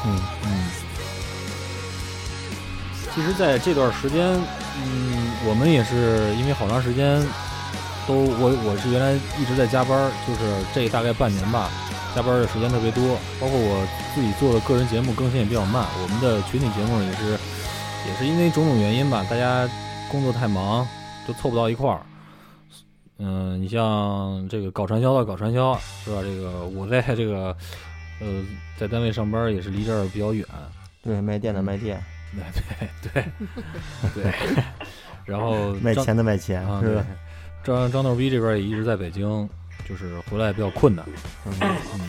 [SPEAKER 3] 嗯，
[SPEAKER 1] 嗯，其实，在这段时间，嗯，我们也是因为好长时间都我我是原来一直在加班儿，就是这大概半年吧，加班儿的时间特别多，包括我自己做的个人节目更新也比较慢，我们的群体节目也是也是因为种种原因吧，大家工作太忙，就凑不到一块儿。嗯，你像这个搞传销的搞传销是吧？这个我在这个呃在单位上班儿也是离这儿比较远，
[SPEAKER 3] 对，卖
[SPEAKER 1] 嗯
[SPEAKER 3] 店的卖店，
[SPEAKER 1] 然后
[SPEAKER 3] 卖
[SPEAKER 1] 张
[SPEAKER 3] 钱的卖钱，
[SPEAKER 1] 啊，
[SPEAKER 3] 是
[SPEAKER 1] 对
[SPEAKER 3] 吧？，
[SPEAKER 1] 张张逗逼这边也一直在北京，就是回来比较困难。
[SPEAKER 3] 嗯，
[SPEAKER 1] 嗯，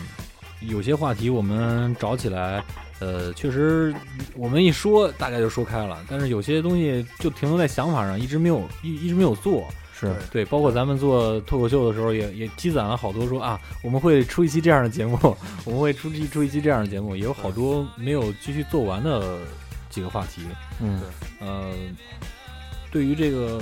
[SPEAKER 1] 有些话题我们找起来，呃，确实我们一说大概就说开了，但是有些东西就停留在想法上，一直没有一一直没有做。
[SPEAKER 3] 是
[SPEAKER 1] 对，包括咱们做脱口秀的时候也，也积攒了好多说啊，我们会出一期这样的节目，我们会出一出一期这样的节目，也有好多没有继续做完的几个话题。
[SPEAKER 3] 嗯，
[SPEAKER 1] 呃，对于这个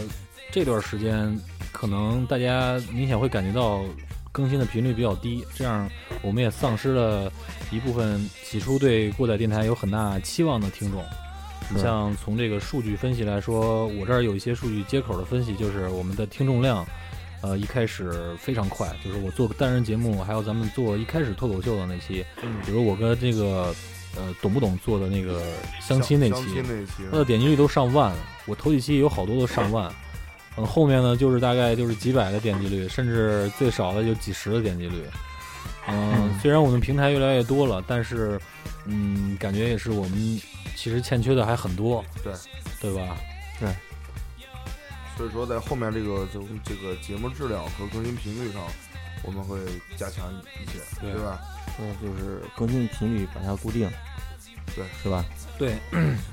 [SPEAKER 1] 这段时间，可能大家明显会感觉到更新的频率比较低，这样我们也丧失了一部分起初对过载电台有很大期望的听众。你
[SPEAKER 3] 是
[SPEAKER 1] 像从这个数据分析来说，我这儿有一些数据接口的分析，就是我们的听众量，呃，一开始非常快，就是我做单人节目，还有咱们做一开始脱口秀的那期，比如我跟这个呃懂不懂做的那个 (laughs) 相亲那
[SPEAKER 2] 相
[SPEAKER 1] 期
[SPEAKER 2] 亲，那期
[SPEAKER 1] 它的点击率都上万，我头几期有好多都上万，嗯，后面呢就是大概就是几百的点击率，甚至最少的有几十的点击率。嗯，虽然我们平台越来越多了，但是，嗯，感觉也是我们其实欠缺的还很多，
[SPEAKER 2] 对
[SPEAKER 1] 对吧？
[SPEAKER 2] 所以说，在后面这个就这个节目质量和更新频率上，我们会加强一些，
[SPEAKER 1] 对
[SPEAKER 2] 对吧？
[SPEAKER 3] 那就是更新频率把它固定，
[SPEAKER 2] 对，
[SPEAKER 3] 是吧？
[SPEAKER 1] 对，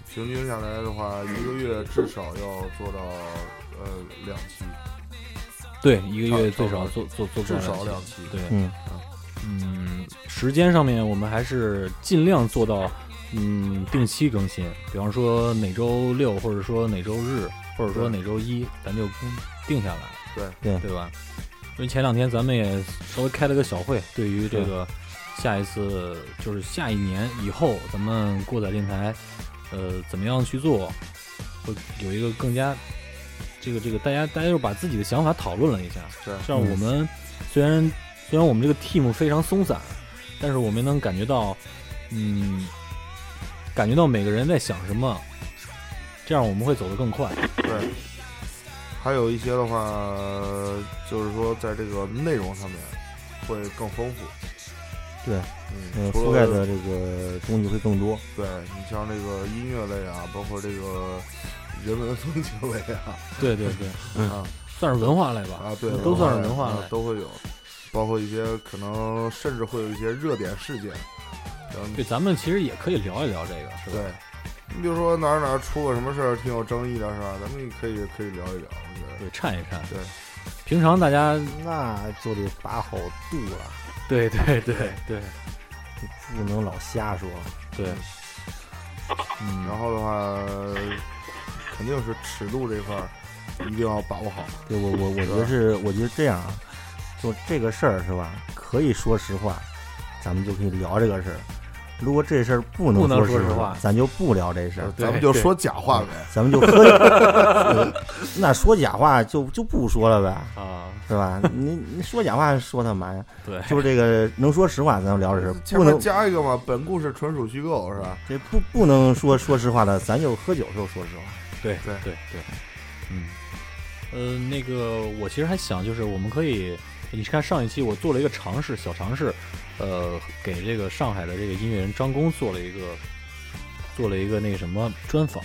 [SPEAKER 2] 平均下来的话，一个月至少要做到呃两期，
[SPEAKER 1] 对，一个月
[SPEAKER 2] 差
[SPEAKER 1] 最
[SPEAKER 2] 不
[SPEAKER 1] 少
[SPEAKER 2] 多
[SPEAKER 1] 做做做不
[SPEAKER 2] 至
[SPEAKER 1] 了
[SPEAKER 2] 少
[SPEAKER 1] 两
[SPEAKER 2] 两
[SPEAKER 1] 期，
[SPEAKER 2] 期。
[SPEAKER 1] 对，
[SPEAKER 3] 嗯，
[SPEAKER 1] 嗯，时间上面我们还是尽量做到，嗯，定期更新。比方说哪周六，或者说哪周日，或者说
[SPEAKER 2] 对
[SPEAKER 1] 哪周一，咱就定下来。
[SPEAKER 2] 对
[SPEAKER 3] 对
[SPEAKER 1] 对吧？因为前两天咱们也稍微开了个小会，对于这个下一次就是下一年以后，咱们过载电台，呃，怎么样去做，会有一个更加这个这个大家大家又把自己的想法讨论了一下。
[SPEAKER 2] 对
[SPEAKER 1] 这样我们虽然虽然我们这个 team 非常松散，但是我们能感觉到，嗯，感觉到每个人在想什么，这样我们会走得更快。
[SPEAKER 2] 对，还有一些的话，就是说在这个内容上面会更丰富。
[SPEAKER 3] 对，
[SPEAKER 2] 嗯，
[SPEAKER 1] 呃
[SPEAKER 3] 嗯，
[SPEAKER 2] 除
[SPEAKER 3] 覆盖
[SPEAKER 2] 了
[SPEAKER 3] 的这个东西会更多。
[SPEAKER 2] 对你像这个音乐类啊，包括这个人文风情类啊，
[SPEAKER 1] 对对对，
[SPEAKER 3] 嗯
[SPEAKER 2] 啊
[SPEAKER 1] 算是文化类吧。
[SPEAKER 2] 啊，对，
[SPEAKER 1] 嗯都算是文化
[SPEAKER 2] 啊
[SPEAKER 1] 类
[SPEAKER 2] 都会有，包括一些可能甚至会有一些热点事件，然后
[SPEAKER 1] 对，咱们其实也可以聊一聊这个，是吧？
[SPEAKER 2] 对，你比如说哪儿哪儿出过什么事儿，挺有争议的是吧？咱们可以可以聊一聊，我觉得。
[SPEAKER 1] 对，颤一颤。
[SPEAKER 2] 对，
[SPEAKER 1] 平常大家，
[SPEAKER 3] 那就得把好度了，
[SPEAKER 1] 对对对对
[SPEAKER 3] 不能老瞎说。
[SPEAKER 1] 对，嗯，
[SPEAKER 2] 然后的话，肯定是尺度这块儿一定要把握好。
[SPEAKER 3] 对我我我觉得是，我觉得这样啊，就这个事儿是吧？可以说实话，咱们就可以聊这个事儿。如果这事儿
[SPEAKER 1] 不
[SPEAKER 3] 不能
[SPEAKER 1] 能说
[SPEAKER 3] 说
[SPEAKER 1] 实
[SPEAKER 3] 话呃
[SPEAKER 1] 话，
[SPEAKER 3] 咱就不聊这事儿，
[SPEAKER 1] (laughs) 对
[SPEAKER 2] 咱们就说假话呗。
[SPEAKER 3] 咱们就喝呃。 (laughs) 那说假话就就不说了呗，
[SPEAKER 1] 啊，
[SPEAKER 3] 是吧？你你说假话说他嘛呀？
[SPEAKER 1] (laughs) 对，
[SPEAKER 3] 就是这个能说实话，咱就聊这事儿，
[SPEAKER 2] 前
[SPEAKER 3] 不
[SPEAKER 2] 面
[SPEAKER 3] 能
[SPEAKER 2] 加一个嘛，本故事纯属虚构，是吧？
[SPEAKER 3] 这不不能说说实话的，咱就喝酒时候说实话。
[SPEAKER 1] 对
[SPEAKER 2] 对
[SPEAKER 1] 对对，嗯，呃，那个我其实还想，就是我们可以，你看上一期我做了一个尝试，小尝试，呃，给这个上海的这个音乐人张工做了一个做了一个那个什么专访，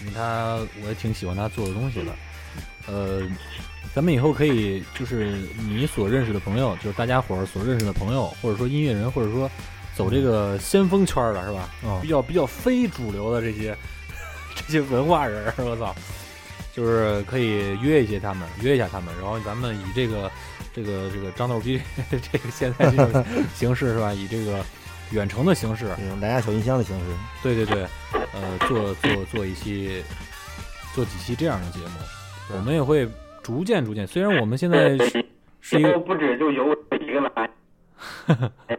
[SPEAKER 1] 因为他我也挺喜欢他做的东西的。呃，咱们以后可以就是你所认识的朋友，就是大家伙儿所认识的朋友，或者说音乐人，或者说走这个先锋圈儿的是吧？
[SPEAKER 3] 啊
[SPEAKER 1] 比较比较非主流的这些 (laughs) 这些文化人儿，我操，就是可以约一些他们，约一下他们，然后咱们以这个这个这个张逗逼 (laughs) 这个现在这种形式是吧？以这个远程的形式，
[SPEAKER 3] 那种蓝牙小音箱的形式，
[SPEAKER 1] 对对对，呃，做做做一期，做几期这样的节目，我们也会逐渐逐渐。虽然我们现在是是一
[SPEAKER 4] 以后
[SPEAKER 1] 个
[SPEAKER 4] 不止就由我一个来，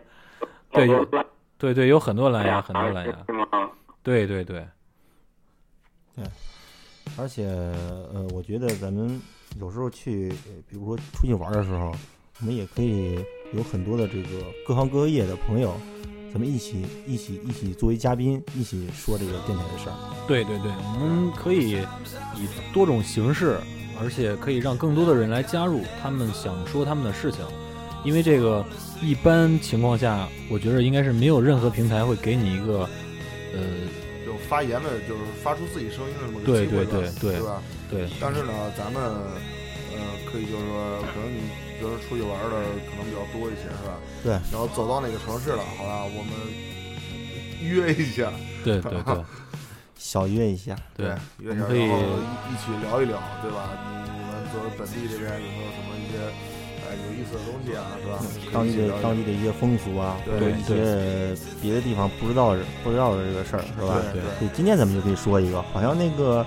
[SPEAKER 1] 对有
[SPEAKER 4] 好多
[SPEAKER 1] 对对，有很多蓝牙，很多蓝牙，
[SPEAKER 4] 是吗？
[SPEAKER 1] 对对对，
[SPEAKER 3] 而且呃，我觉得咱们有时候去，呃比如说出去玩的时候，我们也可以有很多的这个各行各业的朋友，咱们一起一起一起作为嘉宾，一起说这个电台的事儿。
[SPEAKER 1] 对对对，我们可以以多种形式，而且可以让更多的人来加入，他们想说他们的事情。因为这个，一般情况下，我觉得应该是没有任何平台会给你一个，呃，
[SPEAKER 2] 就发言的，就是发出自己声音的这么个
[SPEAKER 1] 对
[SPEAKER 2] 机
[SPEAKER 1] 对
[SPEAKER 2] 会
[SPEAKER 1] 对
[SPEAKER 2] 吧
[SPEAKER 1] 对
[SPEAKER 2] 对吧？
[SPEAKER 1] 对，
[SPEAKER 2] 但是呢，咱们呃，可以就是说，可能你比如说出去玩的可能比较多一些，是吧？
[SPEAKER 3] 对
[SPEAKER 2] 然后走到哪个城市了，好吧，我们约一下，
[SPEAKER 1] 对对
[SPEAKER 3] (laughs)
[SPEAKER 1] 对
[SPEAKER 3] 小约一下，
[SPEAKER 1] 对，
[SPEAKER 2] 约一下，
[SPEAKER 1] 我们可以
[SPEAKER 2] 然后一起聊一聊，对吧？你你们作为本地这边有没有什么一些哎有意思的东西啊，是吧？
[SPEAKER 3] 当
[SPEAKER 2] 可以一起
[SPEAKER 3] 地
[SPEAKER 2] 聊
[SPEAKER 3] 的
[SPEAKER 2] 一聊
[SPEAKER 3] 当地的一些风俗啊，
[SPEAKER 2] 对
[SPEAKER 3] 或者一
[SPEAKER 1] 对
[SPEAKER 3] 些别的地方不知道的不知道的这个事儿，是吧？
[SPEAKER 2] 对
[SPEAKER 1] 对
[SPEAKER 3] 对，今天咱们就可以说一个，好像那个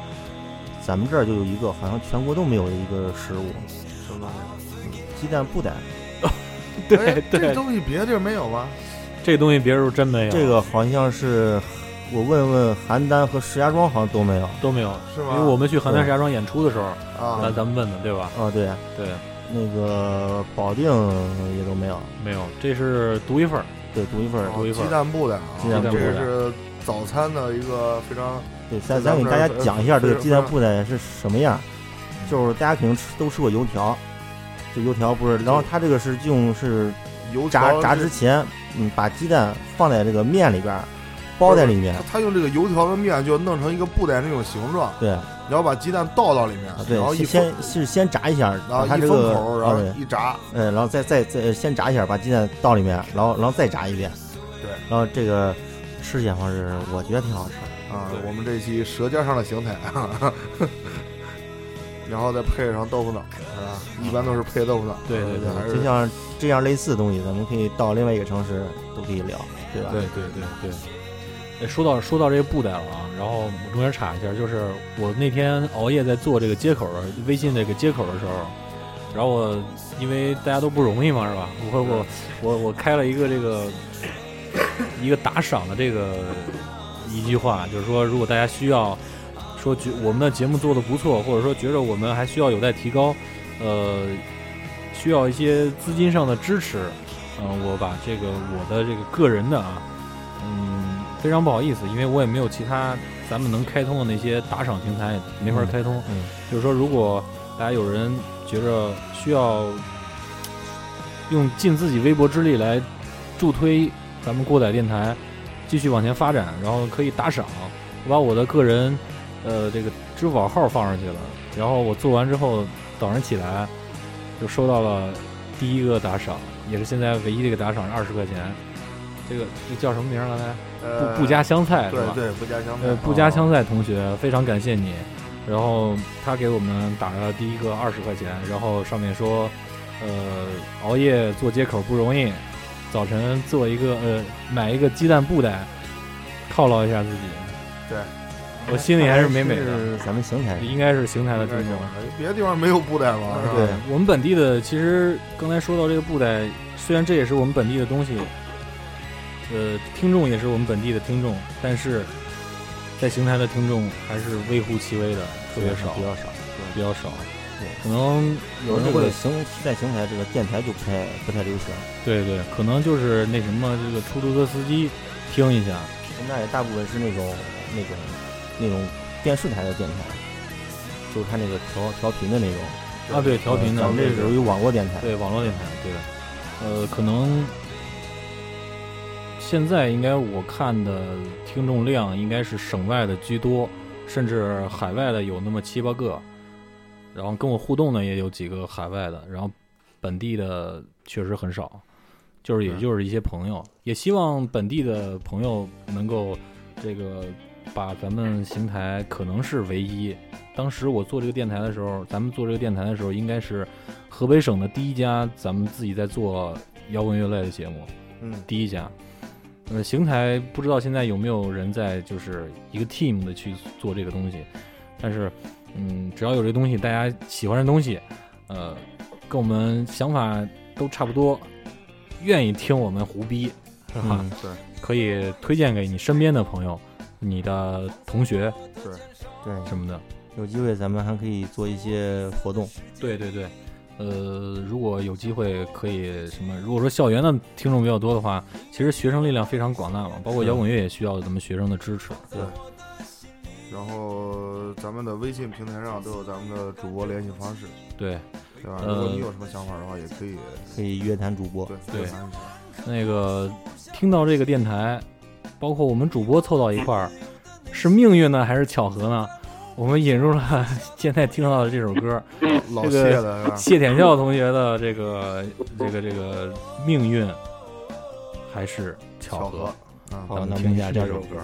[SPEAKER 3] 咱们这儿就有一个，好像全国都没有的一个食物，嗯
[SPEAKER 2] 什么
[SPEAKER 3] 鸡蛋布袋。
[SPEAKER 2] 对
[SPEAKER 1] 对
[SPEAKER 2] 哎这
[SPEAKER 1] 对，
[SPEAKER 2] 东西别的地儿没有吗？
[SPEAKER 1] 这东西别人真没有，
[SPEAKER 3] 这个好像是我问问邯郸和石家庄好像都没有。
[SPEAKER 1] 都没有，
[SPEAKER 2] 是
[SPEAKER 1] 因
[SPEAKER 2] 吗？
[SPEAKER 1] 为我们去邯郸石家庄演出的时候，
[SPEAKER 2] 啊
[SPEAKER 1] 咱，咱们问的对吧？
[SPEAKER 3] 哦，对，
[SPEAKER 1] 对，
[SPEAKER 3] 那个保定也都没有。
[SPEAKER 1] 没有，这是独一份儿，
[SPEAKER 3] 对，独一份儿。
[SPEAKER 1] 多一份
[SPEAKER 2] 鸡蛋布袋啊，
[SPEAKER 3] 鸡蛋
[SPEAKER 1] 布袋
[SPEAKER 2] 这个是早餐的一个非常
[SPEAKER 3] 对，咱
[SPEAKER 2] 咱
[SPEAKER 3] 咱
[SPEAKER 2] 们
[SPEAKER 3] 给大家
[SPEAKER 2] 这儿
[SPEAKER 3] 讲一下这个
[SPEAKER 2] 非
[SPEAKER 3] 鸡蛋
[SPEAKER 2] 非
[SPEAKER 3] 布袋是什么样，
[SPEAKER 2] 嗯
[SPEAKER 3] 就是大家肯定吃都吃过油条，这油条不是，
[SPEAKER 2] 嗯
[SPEAKER 3] 然后它这个是用是
[SPEAKER 2] 油
[SPEAKER 3] 炸
[SPEAKER 2] 条
[SPEAKER 3] 炸
[SPEAKER 2] 这
[SPEAKER 3] 之前，嗯，把鸡蛋放在这个面里边儿，包在里面
[SPEAKER 2] 他。他用这个油条的面就弄成一个布袋那种形状，
[SPEAKER 3] 对啊
[SPEAKER 2] 然后把鸡蛋倒到里面，然后
[SPEAKER 3] 对，
[SPEAKER 2] 一封，
[SPEAKER 3] 是先是先炸一下，
[SPEAKER 2] 然后
[SPEAKER 3] 它
[SPEAKER 2] 一
[SPEAKER 3] 这
[SPEAKER 2] 封
[SPEAKER 3] 个
[SPEAKER 2] 口，然
[SPEAKER 3] 啊
[SPEAKER 2] 后
[SPEAKER 3] 对
[SPEAKER 2] 一炸，
[SPEAKER 3] 嗯，然后再再再先炸一下，把鸡蛋倒里面，然后然后再炸一遍。
[SPEAKER 2] 对，
[SPEAKER 3] 然后这个吃起来方式，我觉得挺好吃。
[SPEAKER 2] 啊
[SPEAKER 1] 对，
[SPEAKER 2] 我们这期《舌尖上的邢台》啊， (laughs) 然后再配上豆腐脑，是吧？一般都是配豆腐脑，
[SPEAKER 1] 嗯对对
[SPEAKER 2] 还
[SPEAKER 3] 就是像这样类似的东西，咱们可以到另外一个城市都可以聊，对吧？
[SPEAKER 1] 对对对对。哎，说到说到这个布袋了啊，然后我中间插一下，就是我那天熬夜在做这个接口的微信这个接口的时候，然后我因为大家都不容易嘛，是吧？我我我我开了一个这个一个打赏的这个一句话，就是说如果大家需要说觉我们的节目做的不错，或者说觉着我们还需要有待提高，呃，需要一些资金上的支持，嗯、我把这个我的这个个人的啊。嗯，非常不好意思，因为我也没有其他咱们能开通的那些打赏平台没法开通。
[SPEAKER 3] 嗯
[SPEAKER 1] 就是说，如果大家有人觉着需要用尽自己微薄之力来助推咱们过载电台继续往前发展，然后可以打赏，我把我的个人呃这个支付宝号放上去了，然后我做完之后早上起来就收到了第一个打赏，也是现在唯一的一个打赏是二十块钱。这个这叫什么名儿？刚才
[SPEAKER 2] 呃
[SPEAKER 1] 不不加香菜是吧
[SPEAKER 2] 对？对不加香菜啊
[SPEAKER 1] 呃，，不加香菜同学，非常感谢你。然后他给我们打了第一个二十块钱，然后上面说，呃，熬夜做接口不容易，早晨做一个呃买一个鸡蛋布袋，犒劳一下自己。
[SPEAKER 2] 对，
[SPEAKER 1] 我心里还是美美的，
[SPEAKER 3] 是咱们邢台人
[SPEAKER 1] 应该是邢台的啊
[SPEAKER 2] 应
[SPEAKER 1] 听
[SPEAKER 2] 该行
[SPEAKER 1] 众。
[SPEAKER 2] 哎别的地方没有布袋嘛，是吧？
[SPEAKER 3] 对
[SPEAKER 1] 我们本地的，其实刚才说到这个布袋，虽然这也是我们本地的东西，呃，听众也是我们本地的听众，但是在邢台的听众还是微乎其微的，特别少，
[SPEAKER 3] 比较少。
[SPEAKER 1] 比较少
[SPEAKER 3] 对。
[SPEAKER 1] 可能
[SPEAKER 3] 有
[SPEAKER 1] 人
[SPEAKER 3] 这
[SPEAKER 1] 会
[SPEAKER 3] 个邢在邢台这个电台就不太不太流行，
[SPEAKER 1] 对对，可能就是那什么，这个出租车司机听一下，
[SPEAKER 3] 那也大部分是那种那种那种电视台的电台，就是它那个调调频的那种。
[SPEAKER 1] 啊，对，调频的，
[SPEAKER 3] 呃咱们
[SPEAKER 1] 这
[SPEAKER 3] 这属于网络电台。
[SPEAKER 1] 对网络电台，对，呃，可能现在应该我看的听众量应该是省外的居多，甚至海外的有那么七八个，然后跟我互动的也有几个海外的，然后本地的确实很少，就是也
[SPEAKER 2] 对
[SPEAKER 1] 就是一些朋友，也希望本地的朋友能够这个把咱们邢台可能是唯一。当时我做这个电台的时候，咱们做这个电台的时候，应该是河北省的第一家咱们自己在做摇滚乐类的节目，
[SPEAKER 2] 嗯，
[SPEAKER 1] 第一家。呃，邢台不知道现在有没有人在就是一个 team 的去做这个东西，但是，嗯，只要有这东西，大家喜欢这东西，呃，跟我们想法都差不多，愿意听我们胡逼，哈、
[SPEAKER 3] 嗯
[SPEAKER 2] 对
[SPEAKER 1] 可以推荐给你身边的朋友、你的同学
[SPEAKER 3] 对，
[SPEAKER 1] 什么的。
[SPEAKER 3] 有机会咱们还可以做一些活动。
[SPEAKER 1] 对对对，呃，如果有机会可以什么，如果说校园的听众比较多的话，其实学生力量非常广大嘛，包括
[SPEAKER 3] 是
[SPEAKER 1] 摇滚乐也需要咱们学生的支持。
[SPEAKER 2] 对。然后咱们的微信平台上都有咱们的主播联系方式，
[SPEAKER 1] 对，
[SPEAKER 2] 对吧？
[SPEAKER 1] 呃
[SPEAKER 2] 如果你有什么想法的话，也可以
[SPEAKER 3] 可以约谈主播，
[SPEAKER 2] 对
[SPEAKER 1] 对
[SPEAKER 2] 对谈一下
[SPEAKER 1] 那个听到这个电台，包括我们主播凑到一块儿，是命运呢还是巧合呢？我们引入了现在听到的这首歌，
[SPEAKER 2] 老
[SPEAKER 1] 这
[SPEAKER 2] 谢
[SPEAKER 1] 个
[SPEAKER 2] 的是吧？
[SPEAKER 1] 谢天笑同学的这个这个这个命运还是巧
[SPEAKER 2] 巧
[SPEAKER 1] 合
[SPEAKER 2] 合。，嗯，
[SPEAKER 3] 好
[SPEAKER 1] 咱
[SPEAKER 3] 那
[SPEAKER 1] 们
[SPEAKER 3] 我们
[SPEAKER 1] 听一
[SPEAKER 3] 听
[SPEAKER 1] 下
[SPEAKER 3] 这
[SPEAKER 1] 这
[SPEAKER 3] 首
[SPEAKER 1] 首歌。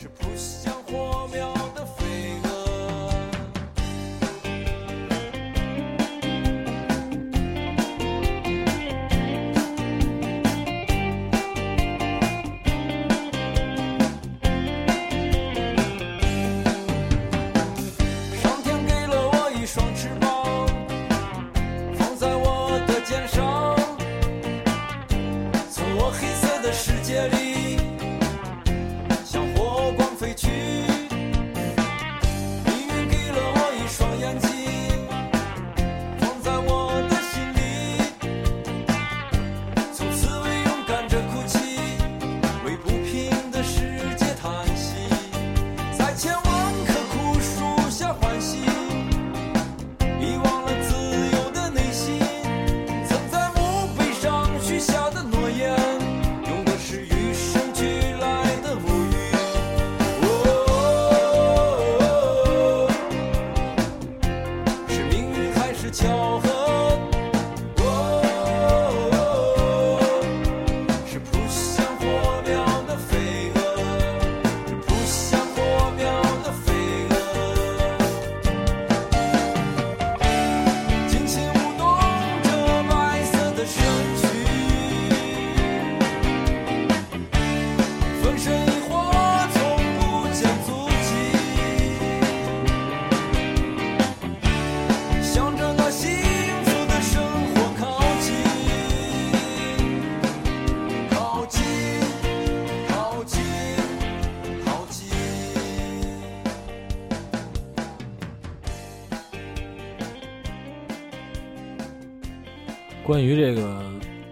[SPEAKER 5] 是扑向火苗的飞蛾。上天给了我一双翅膀，放在我的肩上，从我黑色的世界里。像火光飞去。命运给了我一双眼睛，放在我的心里。从此为勇敢着哭泣，为不平的世界叹息，在千万棵枯树下欢喜，遗忘了自由的内心。曾在墓碑上许下的诺言，用的是与生俱来的母语。哦，是命运还是巧合？哦，是扑向火苗的飞蛾，是扑向火苗的飞蛾。尽情舞动着白色的身躯，粉身一火，从不见足迹，向着那幸福的生活靠近，靠近，靠近，靠近。
[SPEAKER 1] 关于这个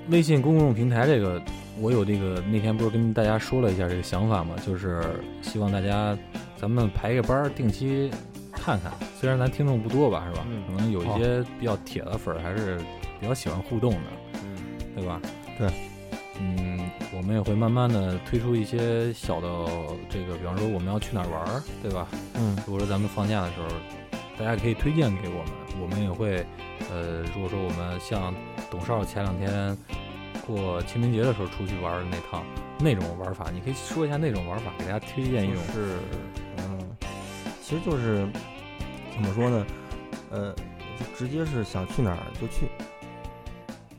[SPEAKER 1] 微信公众平台这个，我有这个那天不是跟大家说了一下这个想法嘛，就是希望大家咱们排一个班儿，定期看看。虽然咱听众不多吧，是吧？
[SPEAKER 3] 嗯
[SPEAKER 1] 可能有一些比较铁的粉儿还是比较喜欢互动的，
[SPEAKER 2] 嗯，
[SPEAKER 1] 对吧？
[SPEAKER 3] 对。
[SPEAKER 1] 嗯，我们也会慢慢的推出一些小的这个，比方说我们要去哪儿玩儿，对吧？
[SPEAKER 3] 嗯，
[SPEAKER 1] 如果说咱们放假的时候，大家可以推荐给我们，我们也会，呃，如果说我们像董少前两天过清明节的时候出去玩的那趟那种玩法，你可以说一下那种玩法，给大家推荐一种。
[SPEAKER 3] 是，嗯，其实就是怎么说呢，呃，就直接是想去哪儿就去，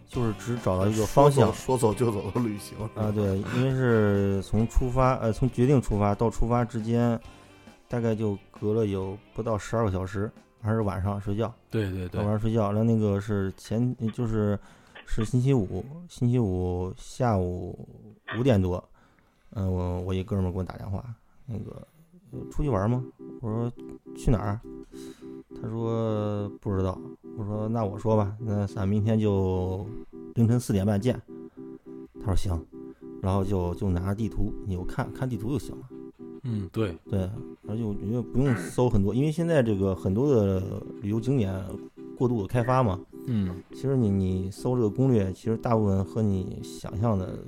[SPEAKER 3] 就是只找到一个方向
[SPEAKER 2] 说走就走的旅行嗯
[SPEAKER 3] 啊，，对，因为是从出发呃从决定出发到出发之间，大概就隔了有不到十二个小时，还是晚上睡觉，
[SPEAKER 1] 对对
[SPEAKER 3] 晚上睡觉，然后那个是前就是是星期五，星期五下午五点多，嗯、我我一哥们儿给我打电话，那个呃出去玩吗？我说去哪儿？他说不知道。我说那我说吧，那咱明天就凌晨四点半见。他说行，然后就就拿着地图，你就看看地图就行了。
[SPEAKER 1] 嗯对，
[SPEAKER 3] 对，而且我觉得不用搜很多，因为现在这个很多的旅游景点过度的开发嘛，
[SPEAKER 1] 嗯
[SPEAKER 3] 其实你你搜这个攻略，其实大部分和你想象的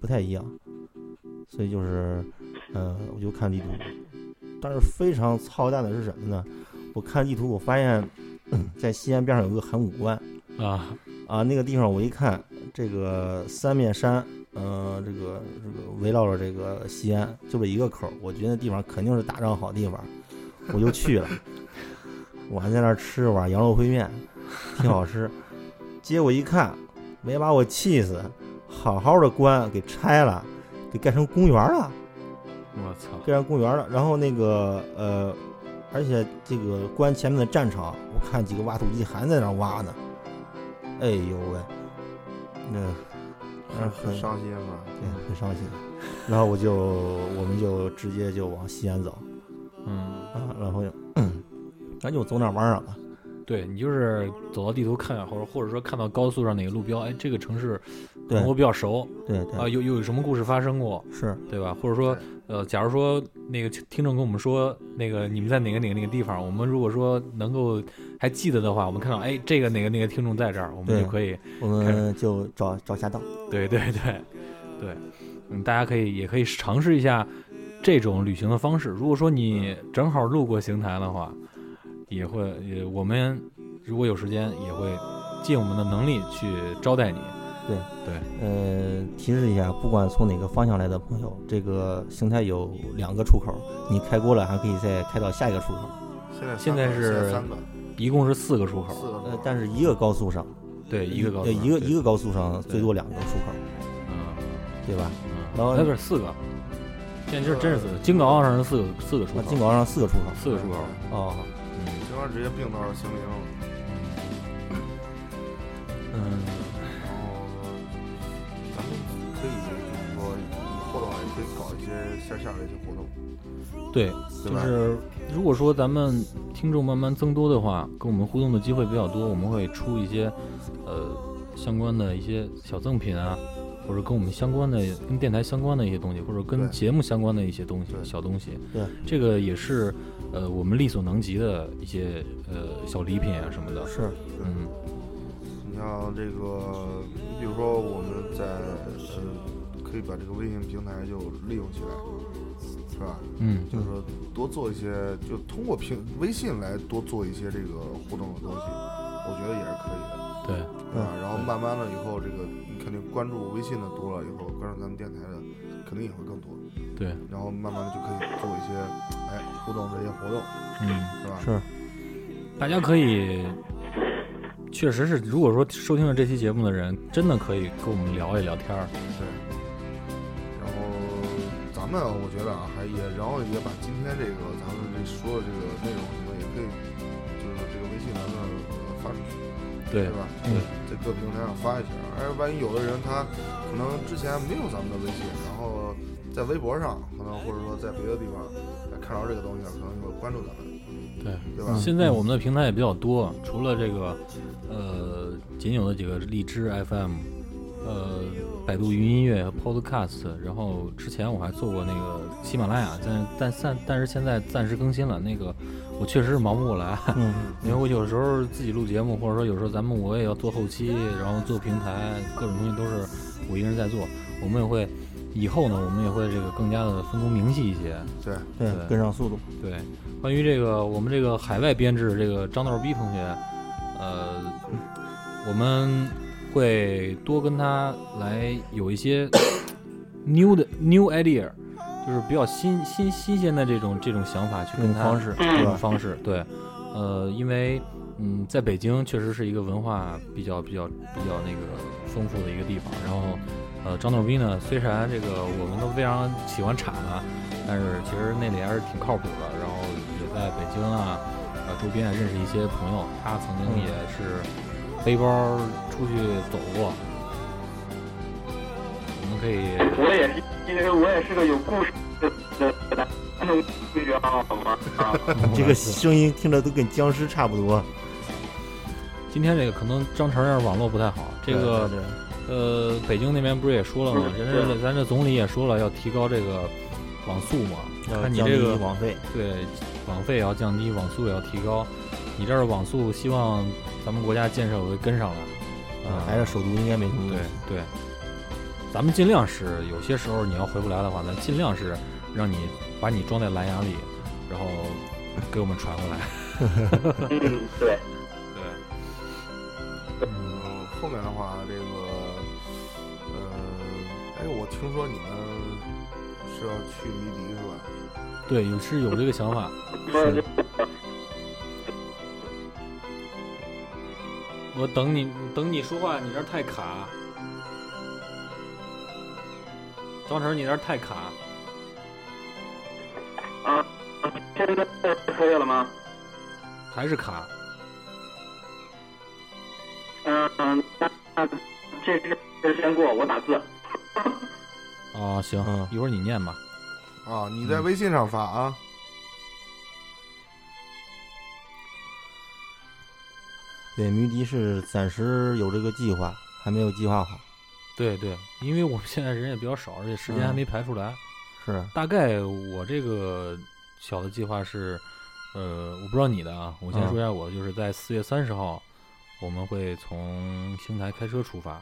[SPEAKER 3] 不太一样，所以就是，呃，我就看地图。但是非常操蛋的是什么呢？我看地图，我发现、 (clears throat) 嗯在西安边上有个函谷关
[SPEAKER 1] 啊，
[SPEAKER 3] 啊，那个地方我一看，这个三面山，呃，这个这个围绕着这个西安，就这一个口儿，我觉得那地方肯定是打仗好地方，我就去了。我还在那儿吃了碗羊肉烩面，挺好吃。结果一看，没把我气死，好好的关给拆了，给盖成公园了，
[SPEAKER 1] 我操，
[SPEAKER 3] 盖成公园了。然后那个呃，而且这个关前面的战场，我看几个挖土机还在那儿挖呢。哎呦喂，那
[SPEAKER 1] 嗯
[SPEAKER 3] 让人很
[SPEAKER 2] 很伤心是吧？
[SPEAKER 3] 对，很伤心。然后我就我们就直接就往西安走
[SPEAKER 1] 嗯，
[SPEAKER 3] 啊，然后就咱就走哪儿玩哪儿吧。
[SPEAKER 1] 对你就是走到地图看看，或者或者说看到高速上哪个路标，哎，这个城市
[SPEAKER 3] 对
[SPEAKER 1] 我比较熟
[SPEAKER 3] 对对，
[SPEAKER 1] 啊，有有什么故事发生过，
[SPEAKER 3] 是
[SPEAKER 1] 对吧？或者说，呃，假如说那个听众跟我们说，那个你们在哪个哪个哪个地方，我们如果说能够还记得的话，我们看到哎，这个哪个哪个听众在这儿，我们
[SPEAKER 3] 对
[SPEAKER 1] 就可以，
[SPEAKER 3] 我们就找找下道。
[SPEAKER 1] 对对对对，嗯，大家可以也可以尝试一下这种旅行的方式。如果说你正好路过邢台的话，也会也我们如果有时间也会尽我们的能力去招待你。
[SPEAKER 3] 呃，提示一下，不管从哪个方向来的朋友，这个邢台有两个出口，你开过了还可以再开到下一个出口。
[SPEAKER 2] 现在
[SPEAKER 1] 现在
[SPEAKER 2] 三个
[SPEAKER 1] 是
[SPEAKER 2] 现在三个
[SPEAKER 1] 一共是四个出
[SPEAKER 2] 四
[SPEAKER 1] 口，
[SPEAKER 2] 个出
[SPEAKER 3] 呃
[SPEAKER 2] 口，，
[SPEAKER 3] 但是一个高速上，
[SPEAKER 1] 对，一个高速
[SPEAKER 3] 呃
[SPEAKER 1] 上，
[SPEAKER 3] 一个
[SPEAKER 1] 对
[SPEAKER 3] 一个，高速上
[SPEAKER 1] 对
[SPEAKER 3] 最多两个出口，
[SPEAKER 1] 嗯。
[SPEAKER 3] 对吧？然
[SPEAKER 1] 然后
[SPEAKER 3] 后
[SPEAKER 1] 那不是四个，现在就是真是四个。京港澳上是四个四个出
[SPEAKER 3] 啊
[SPEAKER 1] 口，，
[SPEAKER 3] 京港澳上四个出口。
[SPEAKER 1] 四个出口。
[SPEAKER 3] 哦，
[SPEAKER 2] 经常直接并到清明了，
[SPEAKER 1] 嗯，
[SPEAKER 2] 然后咱们可以就是说以后的话也可以搞一些线下的一些活动，
[SPEAKER 1] 对，
[SPEAKER 2] 对
[SPEAKER 1] 就
[SPEAKER 2] 吧？
[SPEAKER 1] 是如果说咱们听众慢慢增多的话，跟我们互动的机会比较多，我们会出一些呃相关的一些小赠品啊，或者跟我们相关的、跟电台相关的一些东西，或者跟
[SPEAKER 2] 对
[SPEAKER 1] 节目相关的一些东西、
[SPEAKER 2] 对
[SPEAKER 1] 小东西。
[SPEAKER 3] 对，
[SPEAKER 1] 这个也是呃我们力所能及的一些呃小礼品啊什么的。
[SPEAKER 3] 是，
[SPEAKER 1] 嗯，
[SPEAKER 2] 你像这个，你比如说我们在呃，可以把这个微信平台就利用起来，是吧？
[SPEAKER 1] 嗯，
[SPEAKER 2] 就是说多做一些，就通过平微信来多做一些这个互动的东西，我觉得也是可以的，
[SPEAKER 1] 对，
[SPEAKER 2] 对吧？啊然后慢慢了以后，这个你肯定关注微信的多了以后，关注咱们电台的肯定也会更多，
[SPEAKER 1] 对，
[SPEAKER 2] 然后慢慢的就可以做一些哎互动的一些活动，
[SPEAKER 1] 嗯。
[SPEAKER 2] 是吧？
[SPEAKER 3] 是，
[SPEAKER 1] 大家可以，确实是，如果说收听了这期节目的人，真的可以跟我们聊一聊天儿。
[SPEAKER 2] 对，然后咱们我觉得啊，还也然后也把今天这个咱们这说的这个内容什么也可以，就是这个微信咱们发出去，
[SPEAKER 1] 对
[SPEAKER 2] 对，吧？
[SPEAKER 3] 嗯
[SPEAKER 2] 在各平台上发一下。哎，万一有的人他可能之前没有咱们的微信，然后在微博上可能或者说在别的地方哎看到这个东西了，可能就会关注咱们，
[SPEAKER 1] 对。
[SPEAKER 2] 对吧？
[SPEAKER 1] 现在我们的平台也比较多，除了这个，呃，仅有的几个荔枝 FM，呃，百度云音乐和 Podcast，然后之前我还做过那个喜马拉雅，但但但但是现在暂时更新了。那个我确实是忙不过来，啊
[SPEAKER 3] 嗯，
[SPEAKER 1] (laughs) 因为我有时候自己录节目，或者说有时候咱们我也要做后期，然后做平台，各种东西都是我一个人在做。我们也会以后呢，我们也会这个更加的分工明细一些。
[SPEAKER 2] 对，
[SPEAKER 3] 对
[SPEAKER 1] 对，
[SPEAKER 3] 跟上速度。
[SPEAKER 1] 对，关于这个我们这个海外编制这个张道逼同学，呃，我们会多跟他来有一些 (coughs) new 的 new idea，就是比较新新新鲜的这种这种想法去跟
[SPEAKER 3] 用
[SPEAKER 1] 他
[SPEAKER 3] 方式
[SPEAKER 1] 这
[SPEAKER 3] 对
[SPEAKER 1] 种
[SPEAKER 3] 吧？
[SPEAKER 1] 方式，对，呃，因为嗯，在北京确实是一个文化比较比较比较那个丰富的一个地方。然后，呃，张逗逼呢，虽然这个我们都非常喜欢铲他，但是其实那里还是挺靠谱的。然后也在北京啊，呃，周边也认识一些朋友，他曾
[SPEAKER 3] 嗯
[SPEAKER 1] 经也是背包出去走过。我们可以，
[SPEAKER 3] (laughs)
[SPEAKER 4] 我也是，其实我也是个有故事的的的同学，好吗？啊，
[SPEAKER 1] 嗯
[SPEAKER 3] 这个声音听着都跟僵尸差不多。
[SPEAKER 1] 今天这个可能张成这网络不太好，这个。
[SPEAKER 3] 对对对
[SPEAKER 1] 呃，北京那边不是也说了吗？
[SPEAKER 4] 嗯
[SPEAKER 1] 人
[SPEAKER 4] 对
[SPEAKER 1] 家咱这总理也说了，要提高这个网速嘛。
[SPEAKER 3] 要
[SPEAKER 1] 看你
[SPEAKER 3] 降
[SPEAKER 1] 这
[SPEAKER 3] 低
[SPEAKER 1] 个
[SPEAKER 3] 网费，
[SPEAKER 1] 对网费也要降低，网速也要提高。你这儿网速希望咱们国家建设会跟上来。
[SPEAKER 3] 啊
[SPEAKER 1] 嗯，
[SPEAKER 3] 还是首都应该没什么问
[SPEAKER 1] 对
[SPEAKER 3] 题。
[SPEAKER 1] 对，咱们尽量是有些时候你要回不来的话，咱尽量是让你把你装在蓝牙里，然后给我们传过来。
[SPEAKER 4] 嗯，对，
[SPEAKER 1] 对，
[SPEAKER 2] 嗯，后面的话，这个，呃，哎，我听说你们是要去迷笛是吧？
[SPEAKER 1] 对，有是有这个想法。
[SPEAKER 4] 说的
[SPEAKER 1] 我等你等你说话，你这儿太卡。张成，你那儿太卡。
[SPEAKER 4] 啊，现在可以了吗？
[SPEAKER 1] 还是卡，
[SPEAKER 4] 嗯嗯，那那这这先过，我打字。
[SPEAKER 1] 哦，行，
[SPEAKER 3] 嗯
[SPEAKER 1] 一会儿你念吧。
[SPEAKER 2] 啊，你在微信上发啊。
[SPEAKER 3] 对，迷笛是暂时有这个计划，还没有计划好。
[SPEAKER 1] 对对，因为我们现在人也比较少，而且时间还没排出来。
[SPEAKER 3] 是，
[SPEAKER 1] 大概我这个小的计划是，呃，我不知道你的啊，我先
[SPEAKER 3] 嗯
[SPEAKER 1] 说一下我的，就是在四月三十号，我们会从邢台开车出发，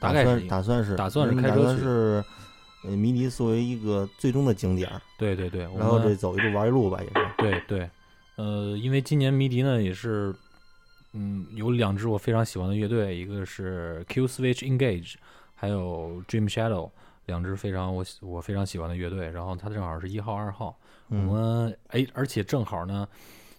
[SPEAKER 1] 大
[SPEAKER 3] 打
[SPEAKER 1] 概是
[SPEAKER 3] 算
[SPEAKER 1] 一
[SPEAKER 3] 打算是
[SPEAKER 1] 打算是
[SPEAKER 3] 嗯
[SPEAKER 1] 开
[SPEAKER 3] 打
[SPEAKER 1] 车
[SPEAKER 3] 算
[SPEAKER 1] 去
[SPEAKER 3] 是，呃，迷笛作为一个最终的景点儿，
[SPEAKER 1] 对对对，我
[SPEAKER 3] 然后
[SPEAKER 1] 们
[SPEAKER 3] 这走一路玩一路吧，也是。
[SPEAKER 1] 对对，呃，因为今年迷笛呢也是，嗯，有两支我非常喜欢的乐队，一个是 Q Switch Engage，还有 Dream Shadow，两支非常我喜我非常喜欢的乐队。然后它正好是一号、二号，我
[SPEAKER 3] 嗯
[SPEAKER 1] 们哎，而且正好呢，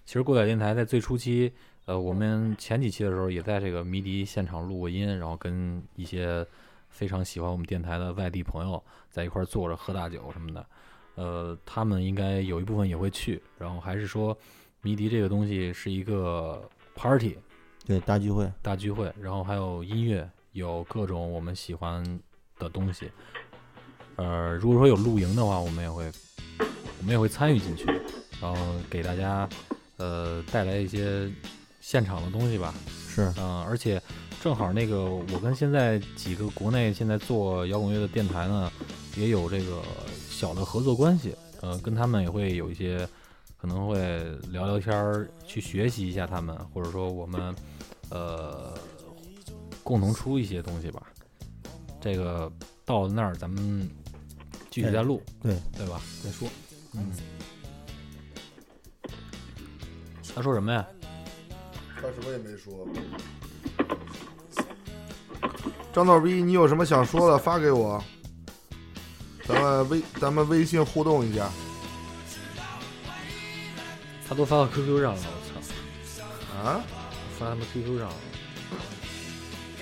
[SPEAKER 1] 其实过载电台在最初期，呃，我们前几期的时候也在这个迷笛现场录过音，然后跟一些非常喜欢我们电台的外地朋友在一块儿坐着喝大酒什么的，呃，他们应该有一部分也会去，然后还是说迷笛这个东西是一个 party
[SPEAKER 3] 对，大聚会，
[SPEAKER 1] 大聚会，然后还有音乐，有各种我们喜欢的东西，呃，如果说有露营的话，我们也会我们也会参与进去，然后给大家呃带来一些现场的东西吧。
[SPEAKER 3] 是
[SPEAKER 1] 嗯、而且正好那个我跟现在几个国内现在做摇滚乐的电台呢，也有这个小的合作关系，呃，跟他们也会有一些可能会聊聊天儿，去学习一下他们，或者说我们呃共同出一些东西吧。这个到了那儿咱们具体再录，
[SPEAKER 3] 对
[SPEAKER 1] 对吧？
[SPEAKER 3] 再说。
[SPEAKER 1] 嗯，他说什么呀？
[SPEAKER 2] 他什么也没说。张道逼，你有什么想说的发给我，咱们微咱们微信互动一下。
[SPEAKER 1] 他都发到 QQ 上了，我操！
[SPEAKER 2] 啊，
[SPEAKER 1] 发他们 QQ 上了。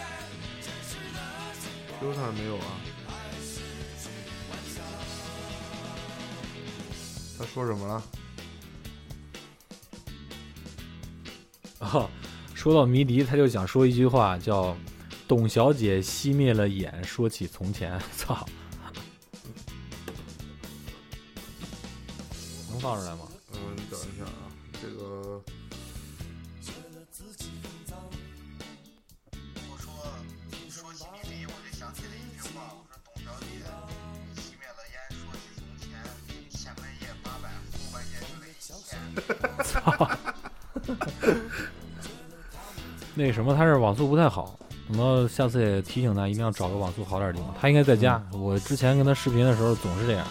[SPEAKER 1] (laughs)
[SPEAKER 2] q 上没有啊？他说什么了？
[SPEAKER 1] 啊，说到迷笛，他就想说一句话，叫“董小姐熄灭了眼，说起从前”。 (laughs) 操，能放出来吗？
[SPEAKER 2] 嗯，你等一下啊，这个
[SPEAKER 6] 我说说起迷笛，我就想起了一句话，我说董小姐，你熄灭了烟，说起从前，千杯夜八百，后半夜就得一千。
[SPEAKER 1] 那什么，他是网速不太好，我们下次也提醒他，一定要找个网速好点的地方。他应该在家，我之前跟他视频的时候总是这样，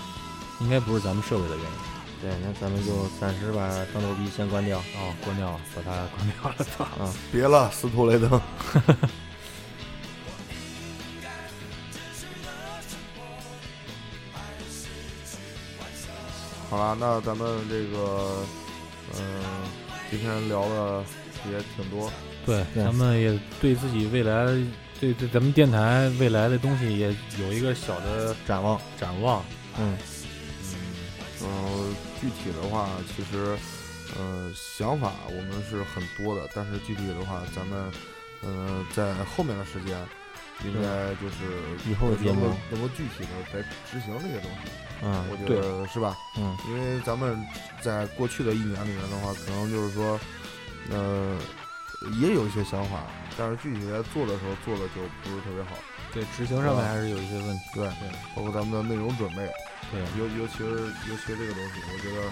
[SPEAKER 1] 应该不是咱们设备的原因。
[SPEAKER 3] 对，那咱们就暂时把张逗逼先关掉。
[SPEAKER 1] 哦，关掉了，把它关掉了。操，
[SPEAKER 2] 别了，司徒雷登。 (laughs) 好啦，那咱们这个，嗯、今天聊的也挺多，
[SPEAKER 1] 对，
[SPEAKER 3] 对
[SPEAKER 1] 咱们也对自己未来，对对咱们电台未来的东西也有一个小的
[SPEAKER 3] 展望，
[SPEAKER 1] 展望。
[SPEAKER 3] 嗯，
[SPEAKER 2] 嗯、具体的话，其实，呃，想法我们是很多的，但是具体的话，咱们，呃，在后面的时间，应该就是
[SPEAKER 3] 以后的节
[SPEAKER 2] 能
[SPEAKER 3] 目
[SPEAKER 2] 够能够具体的来执行这些东西，
[SPEAKER 3] 嗯，
[SPEAKER 2] 我觉得是吧？
[SPEAKER 3] 嗯，
[SPEAKER 2] 因为咱们在过去的一年里面的话，可能就是说，呃，也有一些想法，但是具体在做的时候做的就不是特别好。
[SPEAKER 1] 对，执行上面还是有一些问题。
[SPEAKER 2] 对，包括咱们的内容准备，
[SPEAKER 1] 对，
[SPEAKER 2] 尤尤其是尤其是这个东西，我觉得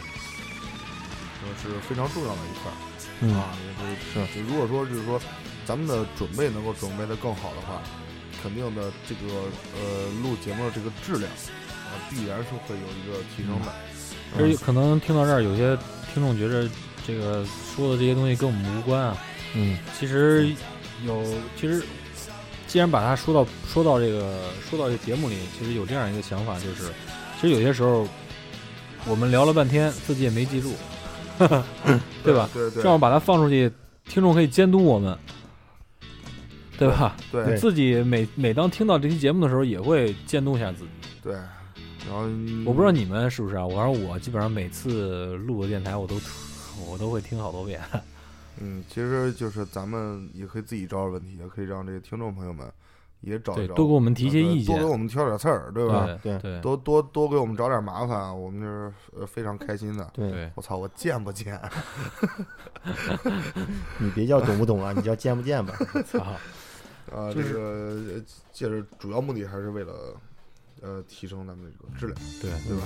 [SPEAKER 2] 就是非常重要的一块儿。
[SPEAKER 3] 嗯
[SPEAKER 2] 啊，也是，就如果说就是说，咱们的准备能够准备的更好的话，肯定的这个呃录节目的这个质量啊，必然是会有一个提升的。
[SPEAKER 1] 而且可能听到这儿，有些听众觉着这个说的这些东西跟我们无关啊。
[SPEAKER 3] 嗯
[SPEAKER 1] 其实有，其实既然把它说到说到这个说到这节目里，其实有这样一个想法，就是其实有些时候我们聊了半天，自己也没记住， (laughs) 对吧？
[SPEAKER 2] 对对
[SPEAKER 1] 这样把它放出去，听众可以监督我们，对吧？你
[SPEAKER 2] 对
[SPEAKER 1] 自己每每当听到这期节目的时候，也会监督一下自己。
[SPEAKER 2] 对，然后
[SPEAKER 1] 我不知道你们是不是啊，我反正我基本上每次录的电台，我都 (laughs) 我都会听好多遍。
[SPEAKER 2] 嗯，其实就是咱们也可以自己找找问题，也可以让这个听众朋友们也找一
[SPEAKER 1] 对
[SPEAKER 2] 找，
[SPEAKER 1] 多给我们提一些
[SPEAKER 2] 呃
[SPEAKER 1] 意见
[SPEAKER 2] 多给我们挑点刺儿，对吧？
[SPEAKER 1] 对
[SPEAKER 3] 对
[SPEAKER 1] 对
[SPEAKER 2] 多多多给我们找点麻烦，我们就是呃非常开心的。
[SPEAKER 3] 对，
[SPEAKER 1] 对，
[SPEAKER 2] 我操，我贱不贱？
[SPEAKER 3] 你别叫懂不懂 (laughs) 啊，你叫见不见吧。
[SPEAKER 1] 啊，
[SPEAKER 2] 啊，
[SPEAKER 1] (laughs) 就
[SPEAKER 2] 这
[SPEAKER 1] 是
[SPEAKER 2] 个呃借着主要目的还是为了呃提升咱们这个质量，
[SPEAKER 1] 对。
[SPEAKER 2] 对吧？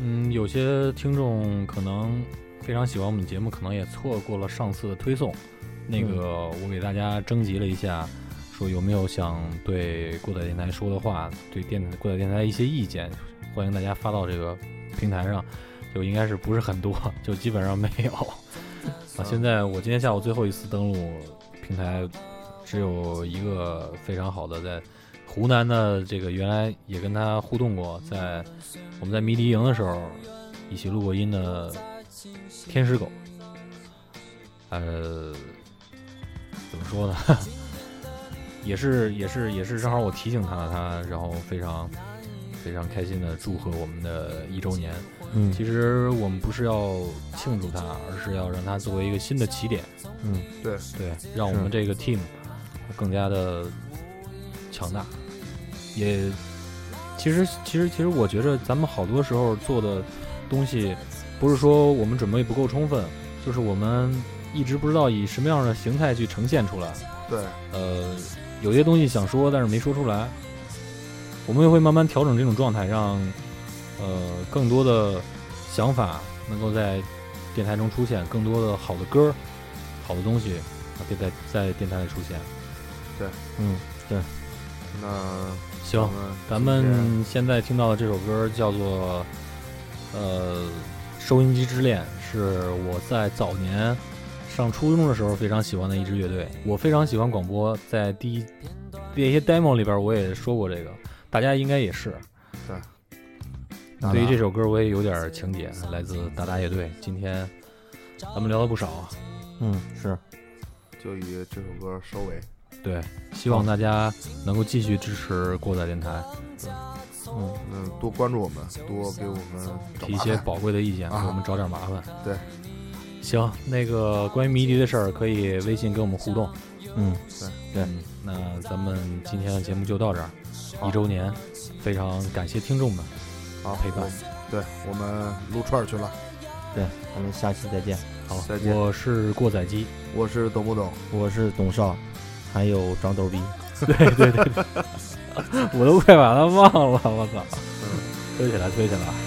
[SPEAKER 1] 嗯，有些听众可能非常喜欢我们节目，可能也错过了上次的推送。那个，我给大家征集了一下，说有没有想对过载电台说的话，对电过载电台的一些意见，欢迎大家发到这个平台上。就应该是不是很多，就基本上没 (laughs) 有。啊，现在我今天下午最后一次登录平台，只有一个非常好的在湖南的这个原来也跟他互动过，在我们在迷笛营的时候一起录过音的天使狗，呃，怎么说呢？ (laughs) 也是也是也是，正好我提醒他了，他然后非常非常开心的祝贺我们的一周年。
[SPEAKER 3] 嗯
[SPEAKER 1] 其实我们不是要庆祝它，而是要让它作为一个新的起点，
[SPEAKER 3] 嗯，
[SPEAKER 2] 对，
[SPEAKER 1] 对，让我
[SPEAKER 3] 是
[SPEAKER 1] 们这个 team 更加的强大。也，其实其实其实，我觉着咱们好多时候做的东西，不是说我们准备不够充分，就是我们一直不知道以什么样的形态去呈现出来。
[SPEAKER 2] 对，
[SPEAKER 1] 呃，有些东西想说，但是没说出来。我们也会慢慢调整这种状态，让呃更多的想法能够在电台中出现，更多的好的歌、好的东西啊，可以在在电台里出现。
[SPEAKER 3] 嗯，
[SPEAKER 2] 那
[SPEAKER 1] 行，咱
[SPEAKER 2] 咱们今天
[SPEAKER 1] 们现在听到的这首歌叫做呃《收音机之恋》，是我在早年上初中的时候非常喜欢的一支乐队。我非常喜欢广播，在第一那些 demo 里边我也说过这个，大家应该也是。
[SPEAKER 3] 那
[SPEAKER 1] 对于这首歌，我也有点情节，来自达达乐队。今天咱们聊了不少啊，
[SPEAKER 3] 嗯是，
[SPEAKER 2] 就以这首歌收尾。
[SPEAKER 1] 对，希望大家能够继续支持过载电台，
[SPEAKER 3] 嗯
[SPEAKER 2] 嗯，多关注我们，多给我们找
[SPEAKER 1] 提一
[SPEAKER 2] 麻
[SPEAKER 1] 些
[SPEAKER 2] 烦。
[SPEAKER 1] 宝贵的意见，给
[SPEAKER 2] 啊
[SPEAKER 1] 我们找点麻烦。
[SPEAKER 2] 对，
[SPEAKER 1] 行，那个关于迷笛的事儿，可以微信跟我们互动。
[SPEAKER 3] 嗯，
[SPEAKER 1] 嗯，那咱们今天的节目就到这儿，一周年，非常感谢听众们。
[SPEAKER 2] 好，
[SPEAKER 1] 陪伴
[SPEAKER 2] 我对我们撸串儿去了，
[SPEAKER 3] 对，咱们下期再见。
[SPEAKER 1] 好
[SPEAKER 2] 再，见
[SPEAKER 1] 我是过载机， (laughs)
[SPEAKER 2] 我是懂不懂？
[SPEAKER 3] 我是董少，还有张逗逼。
[SPEAKER 1] (laughs)
[SPEAKER 2] 嗯
[SPEAKER 1] 我都快把它忘了，我操！推起来，推起来。